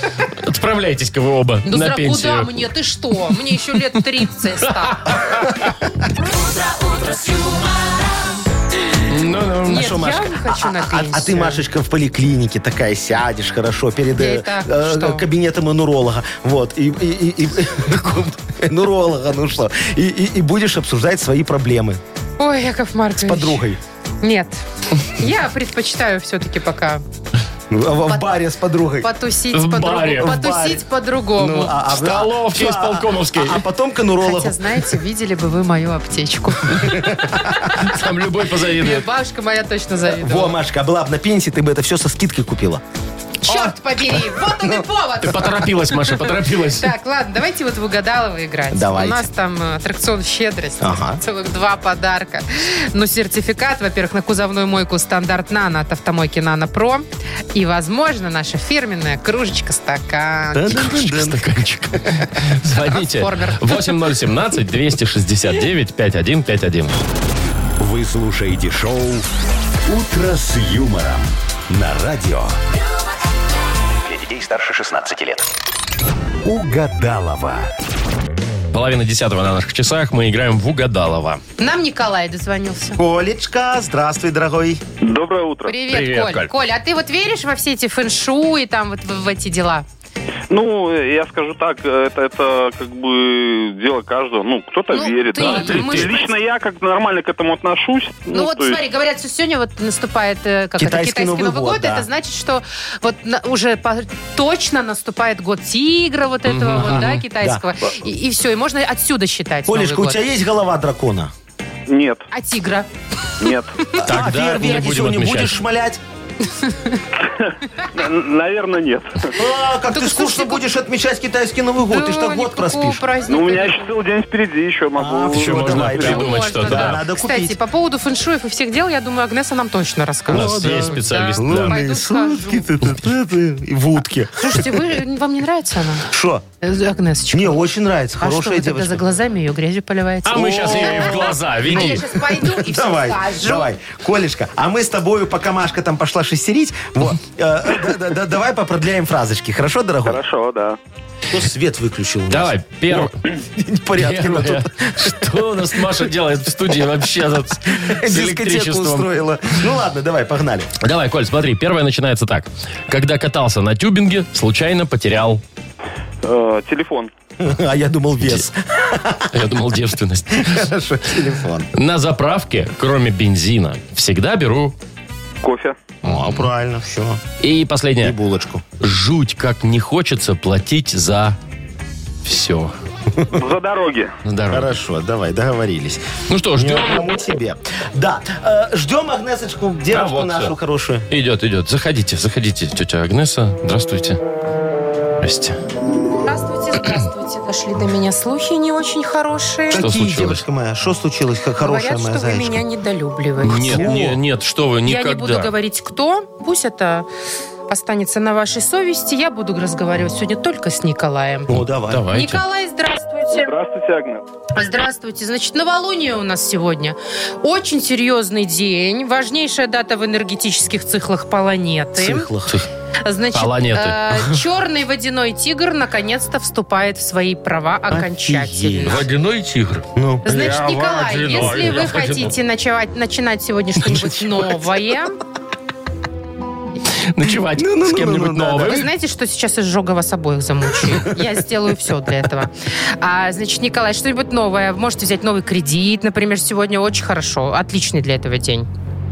Отправляйтесь-ка вы оба Ну, на зра- пенсию. куда мне? Ты что? Мне еще лет 30 стало. Ну-ну. Нет, шо, я Машка? не хочу на а, пенсию. а ты, Машечка, в поликлинике такая сядешь хорошо перед Я и э, так, э, что? кабинетом энуролога. Вот. И, и- и- и- энуролога, ну что. И, и- и будешь обсуждать свои проблемы Ой, Яков Маркович. с подругой. Нет. Я предпочитаю все-таки пока В, в баре с подругой. потусить В по-другому. баре. В баре. Потусить по-другому. Ну, а- а- В столовке а- исполкомовской. А, а потом к энурологу. Хотя, знаете, видели бы вы мою аптечку. Там любой Мне позавидует. Бабушка моя точно Во, завидовала. Машка, а была бы на пенсии, ты бы это все со скидкой купила. а. Черт побери, вот Ну. он и Ты повод. поторопилась, Маша, поторопилась. Так, ладно, давайте вот в угадалово играть. Давайте. У нас там э, аттракцион «Щедрость». Ага. Целых два подарка. Ну, сертификат, во-первых, на кузовную мойку «Стандарт Нано» от автомойки «Нано Про». И, возможно, наша фирменная кружечка-стакан. Кружечка, стаканчик. Звоните. Трансформер. 8017-269-5151. Вы слушаете шоу «Утро с юмором» на радио Для детей старше 16 лет. «Угадалова». Половина десятого на наших часах. Мы играем в Угадалова. Э? Нам Николай дозвонился. Колечка, здравствуй, дорогой. Доброе утро. Привет, Привет, Коль. Коль. Коль. а ты вот веришь во все эти фэншуи, там вот в, в эти дела? Ну, я скажу так, э, это, это как бы дело каждого. Ну, кто-то Ну, верит, ты, да. ты, И мы ты. ж- Лично я как нормально к этому отношусь. Ну, вот то есть- смотри, говорят, что сегодня вот наступает э, как Китайский это, китайский Новый Новый, год, год. да. Это значит, что вот на- уже по- точно наступает год тигра вот этого вот, да, китайского. И, все, и можно отсюда считать Колечка, Новый у год. тебя есть голова дракона? Нет, А тигра? нет. а Тогда не фейерверки будем сегодня отмечать. будешь шмалять? Н- Наверное, нет. А, Ну, Так как ты скучно слушайте, как- будешь отмечать китайский Новый год. ты ж так Да, год никакого проспишь. праздника. Ну, у меня еще целый день впереди, еще А, могу... всё, Еще Ну, можно давай, да. придумать Можно, что-то. да. да. Надо Кстати, купить. по поводу фэншуев и всех дел, я думаю, Агнеса нам точно У Ну. расскажет. нас есть специалист. Да. да. Пойду Лунные скажу. сутки, ты-ты-ты-ты, и в утке. Слушайте, вы, э, вам не нравится она? Что? Э, Агнесочка. Мне очень нравится, а что хорошая вы тогда за девочка. глазами ее грязью поливаете? А мы сейчас ей в Ну, глаза, А я веди. сейчас пойду и все Давай, скажу. давай, Колечка, а мы с тобою, пока Машка там пошла шестерить, вот, э, да- да- да- давай попродляем фразочки, хорошо, дорогой? Хорошо, да. Кто свет выключил? у нас? Давай, пер- Непорядки мы первое. Ну, тут. Что у нас Маша делает в студии вообще тут с Дискотеку электричеством? устроила. Ну ладно, давай, погнали. Давай, Коль, смотри, первое начинается так. Когда катался на тюбинге, случайно потерял, Э, телефон. А я думал вес. я думал, девственность. Хорошо, телефон. На заправке, кроме бензина, всегда беру... Кофе. О, правильно, все. И И последнее. булочку. Жуть, как не хочется платить за все. За дороги. На дороге. Хорошо, давай, договорились. Ну что, Не ждем. одному тебе. Да, э, ждем Агнесочку, девушку вот нашу всё. хорошую. Идет, идет. Заходите, заходите, тетя Агнеса. Здравствуйте. Здрасте. Здравствуйте, здравствуйте. Дошли до меня слухи не очень хорошие. Что Какие, случилось? девушка моя? Что случилось? Как хорошая Говорят, что моя вы зайчка. меня недолюбливаете. Нет, нет, нет, что вы, Я никогда. не буду говорить, кто. Пусть это останется на вашей совести. Я буду разговаривать сегодня только с Николаем. О, давай. Давайте. Николай, здравствуйте. Здравствуйте, Агнес. Здравствуйте. Значит, новолуние у нас сегодня. Очень серьезный день. Важнейшая дата в энергетических циклах планеты. Цыхлых. Значит, э, Планеты. черный водяной тигр наконец-то вступает в свои права окончательно. Водяной тигр. Ну, Значит, Я Николай, водяной, если я вы водяной. хотите начать, начинать сегодня что-нибудь новое, Ночевать с кем-нибудь новым. вы знаете, что сейчас изжога вас обоих замучает? Я сделаю все для этого. А, значит, Николай, что-нибудь новое? Вы Можете взять новый кредит, например, сегодня очень хорошо. Отличный для этого день.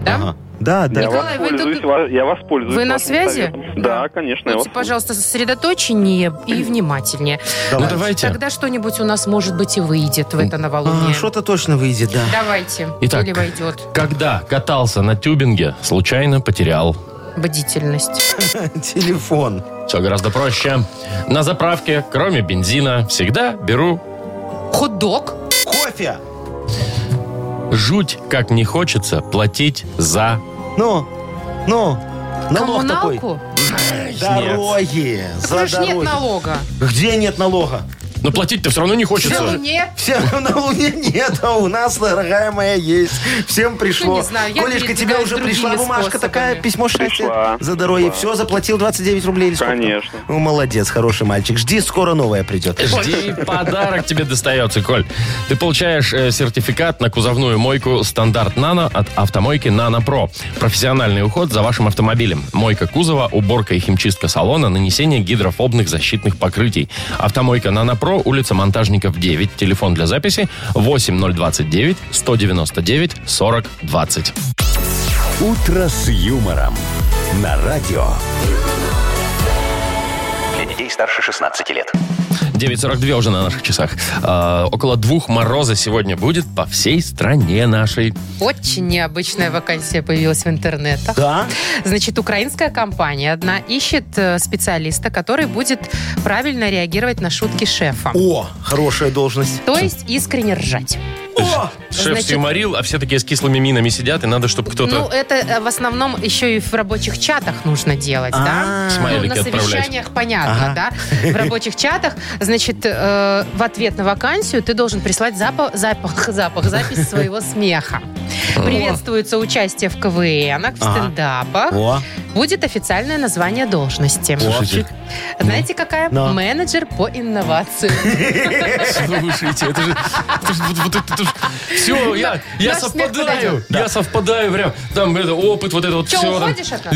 Да? ага. Да, да. Я Николай, вы тут- воспользуюсь, ва- я воспользуюсь. Вы на вашим связи? советом. Да, конечно. я Будьте, воспользуюсь. пожалуйста, сосредоточеннее и внимательнее. Ну давай. давайте. Тогда что-нибудь у нас, может быть, и выйдет в это А, новолуние. Что-то точно выйдет, да. Давайте. Итак. Или войдет Когда катался на тюбинге, случайно потерял. бдительность. Телефон. Все гораздо проще. На заправке, кроме бензина, всегда беру Хот-дог? Кофе. жуть, как не хочется платить за... Ну, ну. Налог такой. Коммуналку? Дороги. Так За у же нет дороги. налога. Где нет налога? Но платить-то все равно не хочется. Нет. Всем на Луне нет, а у нас, дорогая моя, есть. Всем пришло. Ну, не знаю, я Колечка, тебе передвигаюсь уже пришла другими бумажка способами. такая, письмо Пришла, счастья за дороги. Все, заплатил 29 рублей или сколько? Конечно. Ну, молодец, хороший мальчик. Жди, скоро новая придет. Жди, подарок тебе достается, Коль. Ты получаешь э, сертификат на кузовную мойку «Стандарт Нано» от автомойки «Нано Про». Профессиональный уход за вашим автомобилем. Мойка кузова, уборка и химчистка салона, нанесение гидрофобных защитных покрытий. Автомойка «Нано Про», улица Монтажников, 9. Телефон для записи 8029 199 40 20. «Утро с юмором» на радио. Для детей старше 16 лет. 9.42 уже на наших часах. Э, около двух мороза сегодня будет по всей стране нашей. Очень необычная вакансия появилась в интернетах. Да? Значит, украинская компания одна ищет э, специалиста, который будет правильно реагировать на шутки шефа. О, хорошая должность. То есть искренне ржать. О! Шеф Значит- сюморил, а все такие с кислыми минами сидят, и надо, чтобы Ну, кто-то... это э, в основном еще и в рабочих чатах нужно делать, да? А. Смайлики ну, на отправлять. совещаниях понятно, Ага. да? В рабочих чатах, значит, э, в ответ на вакансию ты должен прислать запах, запах, запах запись своего смеха. Приветствуется участие в КВНах, в Ага. стендапах. О, Будет официальное название должности. Слушайте, Знаете, какая? Но. Менеджер по инновациям. слушайте, это же... Все, я, я Наш смех совпадаю. Я совпадаю прям. Там это, опыт, вот это вот Чё, все. уходишь от нас?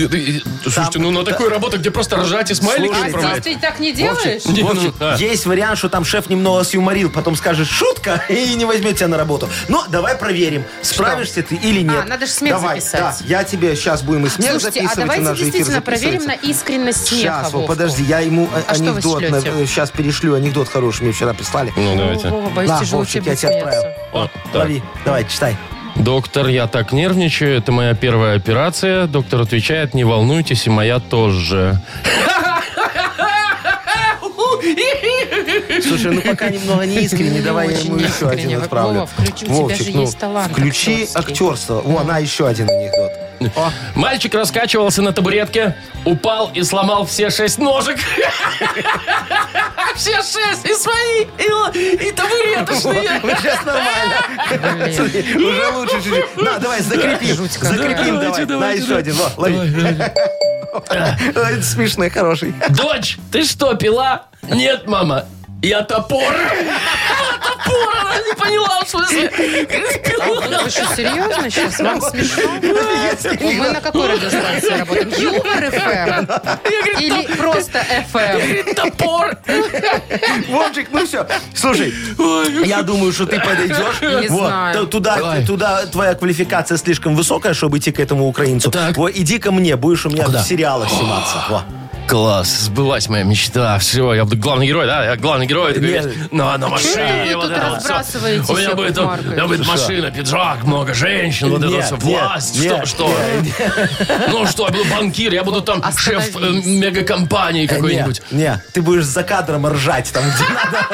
Слушайте, ну на такую работу, где просто ржать и смайлики Слушай, А здесь отправлять. ты так не делаешь? Не, ну, Вовчик, а. есть вариант, что там шеф немного сюморил, потом скажет шутка и не возьмет тебя на работу. Но давай проверим, справишься ты или нет. А, надо ж смех давай, записать. Да, я тебе сейчас будем и смех Слушайте, а записывать, у давайте нас же эфир действительно проверим записывается. на искренность смеха. Сейчас, вот, Вовку. подожди, я ему э, А что вы анекдот шлете? сейчас перешлю, анекдот хороший мне вчера прислали. Ну, О, давайте. Вова, боюсь, На, тяжело Вовчик, тебе я тебя смеяться. отправил. О, так. Лови, давай, читай. Доктор, я так нервничаю, это моя первая операция. Доктор отвечает, не волнуйтесь, и моя тоже. Слушай, ну пока немного не искренне, Не давай я очень ему еще искренне. один отправлю. ну, Вова, включи, у тебя же есть талант Включи актерский. актерство. О, на, еще один анекдот. О, Мальчик раскачивался на табуретке, упал и сломал все шесть ножек. Все шесть, и свои, и, и табуреточные. вот сейчас нормально. Смотри, Уже лучше чуть-чуть. На, давай, закрепим. Закрепим, давай. Давайте, На, давайте, еще один. Во, лови. Это Смешной, хороший. Дочь, ты что, пила? Нет, мама, я топор. Я топор, она не поняла, в смысле. Ну, Вы что, серьезно сейчас? Вам смешно? Мы на какой радиостанции работаем? Юмор ФМ? Или просто эм? ФМ? Топор. Вовчик, ну все. Слушай, я думаю, что ты подойдешь. Не знаю. т- Туда, Давай. туда твоя квалификация слишком высокая, чтобы идти к этому украинцу. Так. Во, иди ко мне, будешь у меня Куда? в сериалах сниматься. Во. Класс, сбылась моя мечта. Все, я буду главный герой, да? Я главный герой. Ты Нет. говоришь, на, на машине. вы вот тут это вот всё. разбрасываетесь, У меня Яков будет, там- Маркович? у меня будет машина, пиджак, много женщин, вот это Нет, все, нет, власть, что, нет, что? Ну что, я буду банкир, я буду там шеф э, Остановись. мегакомпании какой-нибудь. Не, не, ты будешь за кадром ржать там, где надо.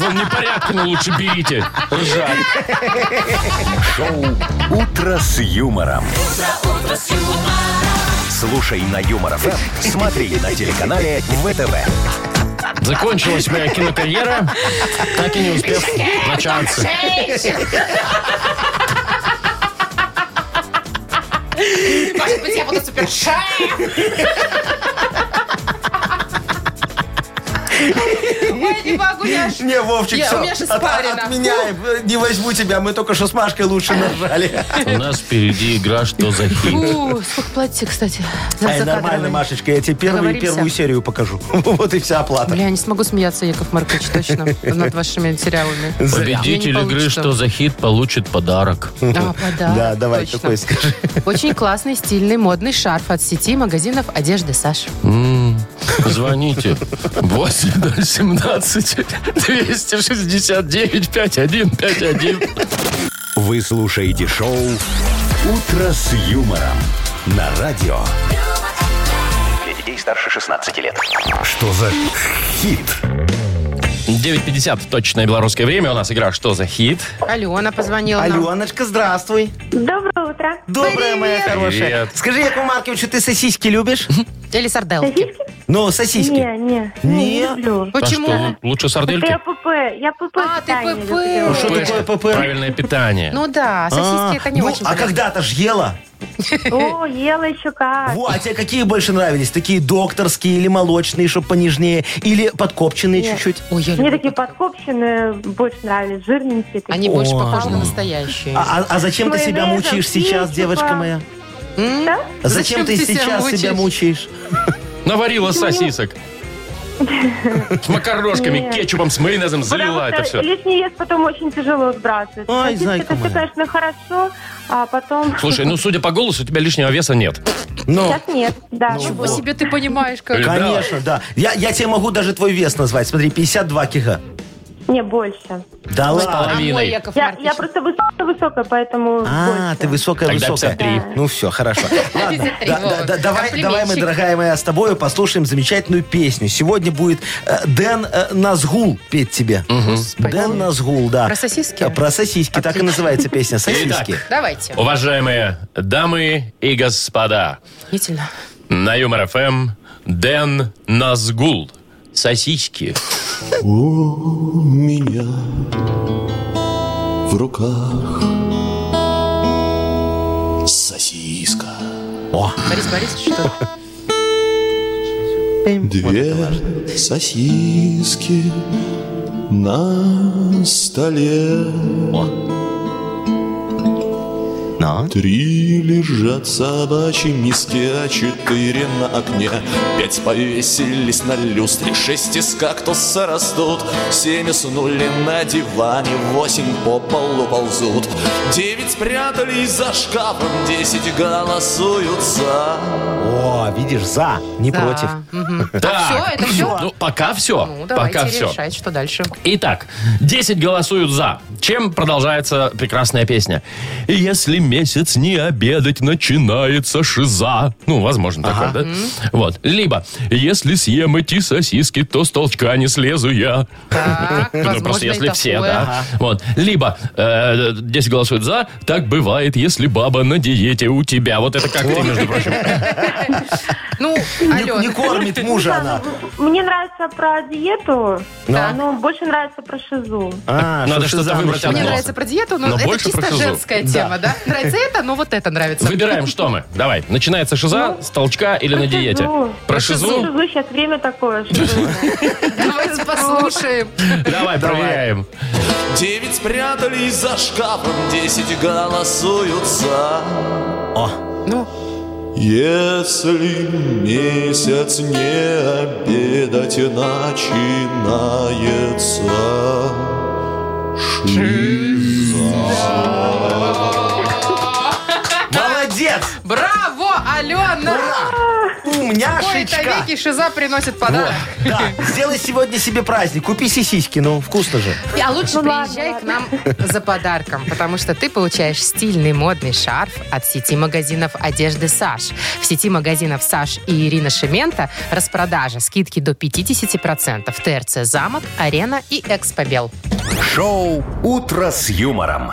Вам не Порядкина лучше берите. Ржать. Шоу «Утро с юмором». Слушай на Юмор ФМ, смотри на телеканале ВТВ. Закончилась моя кинокарьера, так и не успев начаться. Может быть, я буду супер Ой, не могу, я ж- Не, Вовчик, Я- все. у меня же от, испарина. от меня э, не возьму тебя. Мы только что с Машкой лучше нажали. У нас впереди игра «Что за хит?». Фу, сколько платите, кстати? за- Ай, за нормально, кадровый? Машечка, я тебе первую, Договоримся. первую серию покажу. Вот и вся оплата. Бля, я не смогу смеяться, Яков Маркович, точно, над вашими сериалами. Победитель Мне не игры получится. «Что за хит?» получит подарок. А, подарок, Да, давай точно. такой скажи. Очень классный, стильный, модный шарф от сети магазинов одежды Саш. М, Звоните 8017 269 5151. Вы слушаете шоу «Утро с юмором» на радио. Для детей старше 16 лет. Что за хит? 9.50 точное белорусское время. У нас игра «Что за хит?» Алена позвонила нам. Аленочка, здравствуй. Доброе утро. Добрая моя хорошая. Привет. Скажи, Яков Маркович, ты сосиски любишь? Или сарделки. Ну, сосиски. Не, не, Не? не люблю. А что, Почему? лучше Это я сардельки? ПП, я ПП. А, ты питание ПП. люблю. Что такое ПП? Правильное питание. Ну да, сосиски это не ну, очень а приятно. когда-то ж ела. О, ела еще как. Во, а тебе какие больше нравились? Такие докторские или молочные, чтобы понежнее? Или подкопченные Нет. чуть-чуть? Ой, я Мне люблю такие такое. подкопченные больше нравились, жирненькие такие. Они больше О. похожи на настоящие. А, а- а зачем ты Майонезом, себя мучаешь сейчас, кетчупом. девочка моя? М? Да? Зачем ты сейчас себя мучаешь? Наварила сосисок. С макарошками, Нет. кетчупом, с майонезом залила это Потому все. что лишний вес потом очень тяжело сбрасывать. Ой, Сосиски зайка это все, моя. конечно, хорошо, а потом... Слушай, ну судя по голосу, у тебя лишнего веса нет. Ну, Сейчас нет, да. Ничего себе ты понимаешь, как... Э, конечно, да. Я, я тебе могу даже твой вес назвать. Смотри, 52 кига. Не, больше. Да ладно. А мой Половиной. Яков Я, я Маркович. просто высокая, высокая, поэтому А, больше. ты высокая, Тогда высокая. 53. Ну все, хорошо. Ладно, 53, да, да, Вова. да, давай, давай мы, Комплиментчик. дорогая моя, с тобой послушаем замечательную песню. Сегодня будет э, Дэн э, Назгул петь тебе. Дэн Назгул, да. Про сосиски? Э, Про сосиски, так и называется песня. Сосиски. Давайте. Уважаемые дамы и господа, Удивительно. на Юмор ФМ Дэн Назгул. Сосиски. меня в руках сосиска. Борис Борисович, что? Две сосиски на столе. Ну. Три лежат в собачьем миске, а четыре на окне. Пять повесились на люстре, шесть из кактуса растут. Семь уснули на диване, восемь по полу ползут. Девять спрятались за шкафом, десять голосуют за. О, видишь, за, не Да, против. мгм. Так, А всё, это всё? Ну, пока все. Ну, давайте пока все. решать, что дальше. Итак, 10 голосуют за. Чем продолжается прекрасная песня? Если месяц не обедать, начинается шиза. Ну, возможно, такое, да? Вот. Либо, если съем эти сосиски, то с толчка не слезу я. Так, Ну, просто возможно, и если все, такое. да. Вот. Либо э, 10 голосуют за, так бывает, если баба на диете у тебя. Вот это как ты, между прочим. Ну, Не, не Алена, кормит мужа она. Мне нравится про диету, Да. но больше нравится про шизу. А, Надо что что-то там выбрать еще? одно. мне Носа. нравится про диету, но, Но это больше про чисто шизу. женская тема, да? Нравится это, но вот это нравится. Выбираем, что мы. Давай. Начинается шиза, с толчка или на про диете? шизу. Про ну, Про шизу? шизу сейчас время такое. шизу. Давайте послушаем. Давай, проверяем. Девять спрятались за шкафом, десять голосуют за. Ну, Если месяц не обедать начинается шиза. Молодец, Молодец! Браво, Алена! Умняшечка! Ой, Шиза приносит подарок. Да, сделай сегодня себе праздник. Купи сисиськи, ну, вкусно же. А лучше Ну ладно, приезжай к ладно. нам за подарком, потому что ты получаешь стильный модный шарф от сети магазинов одежды «Саш». В сети магазинов «Саш» и Ирина Шимента распродажа, скидки до 50%. ТРЦ «Замок», «Арена» и «Экспобел». Шоу «Утро с юмором».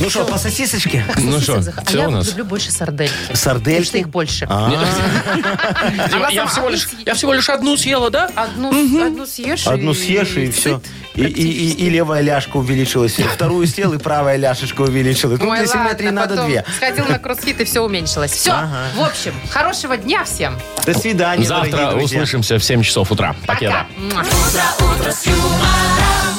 Ну что, по сосисочке? Ну что, а все я у нас? А. люблю больше сардельки. Потому что Сардельки? их больше. Дима, Я всего лишь- я всего лишь одну съела, да? Одну, одну съешь Одну съешь, и все. сыт И, и- и- и левая ляжка увеличилась. и Вторую съел, и правая ляшечка увеличилась. Ну, Ой, ладно, для симметрии надо потом две. Сходил на кроссфит, и все уменьшилось. Все. В общем, хорошего дня всем. До свидания, Завтра дорогие друзья. услышимся в 7 часов утра. Покеда. Пока. Муа. Утро, утро с юмором.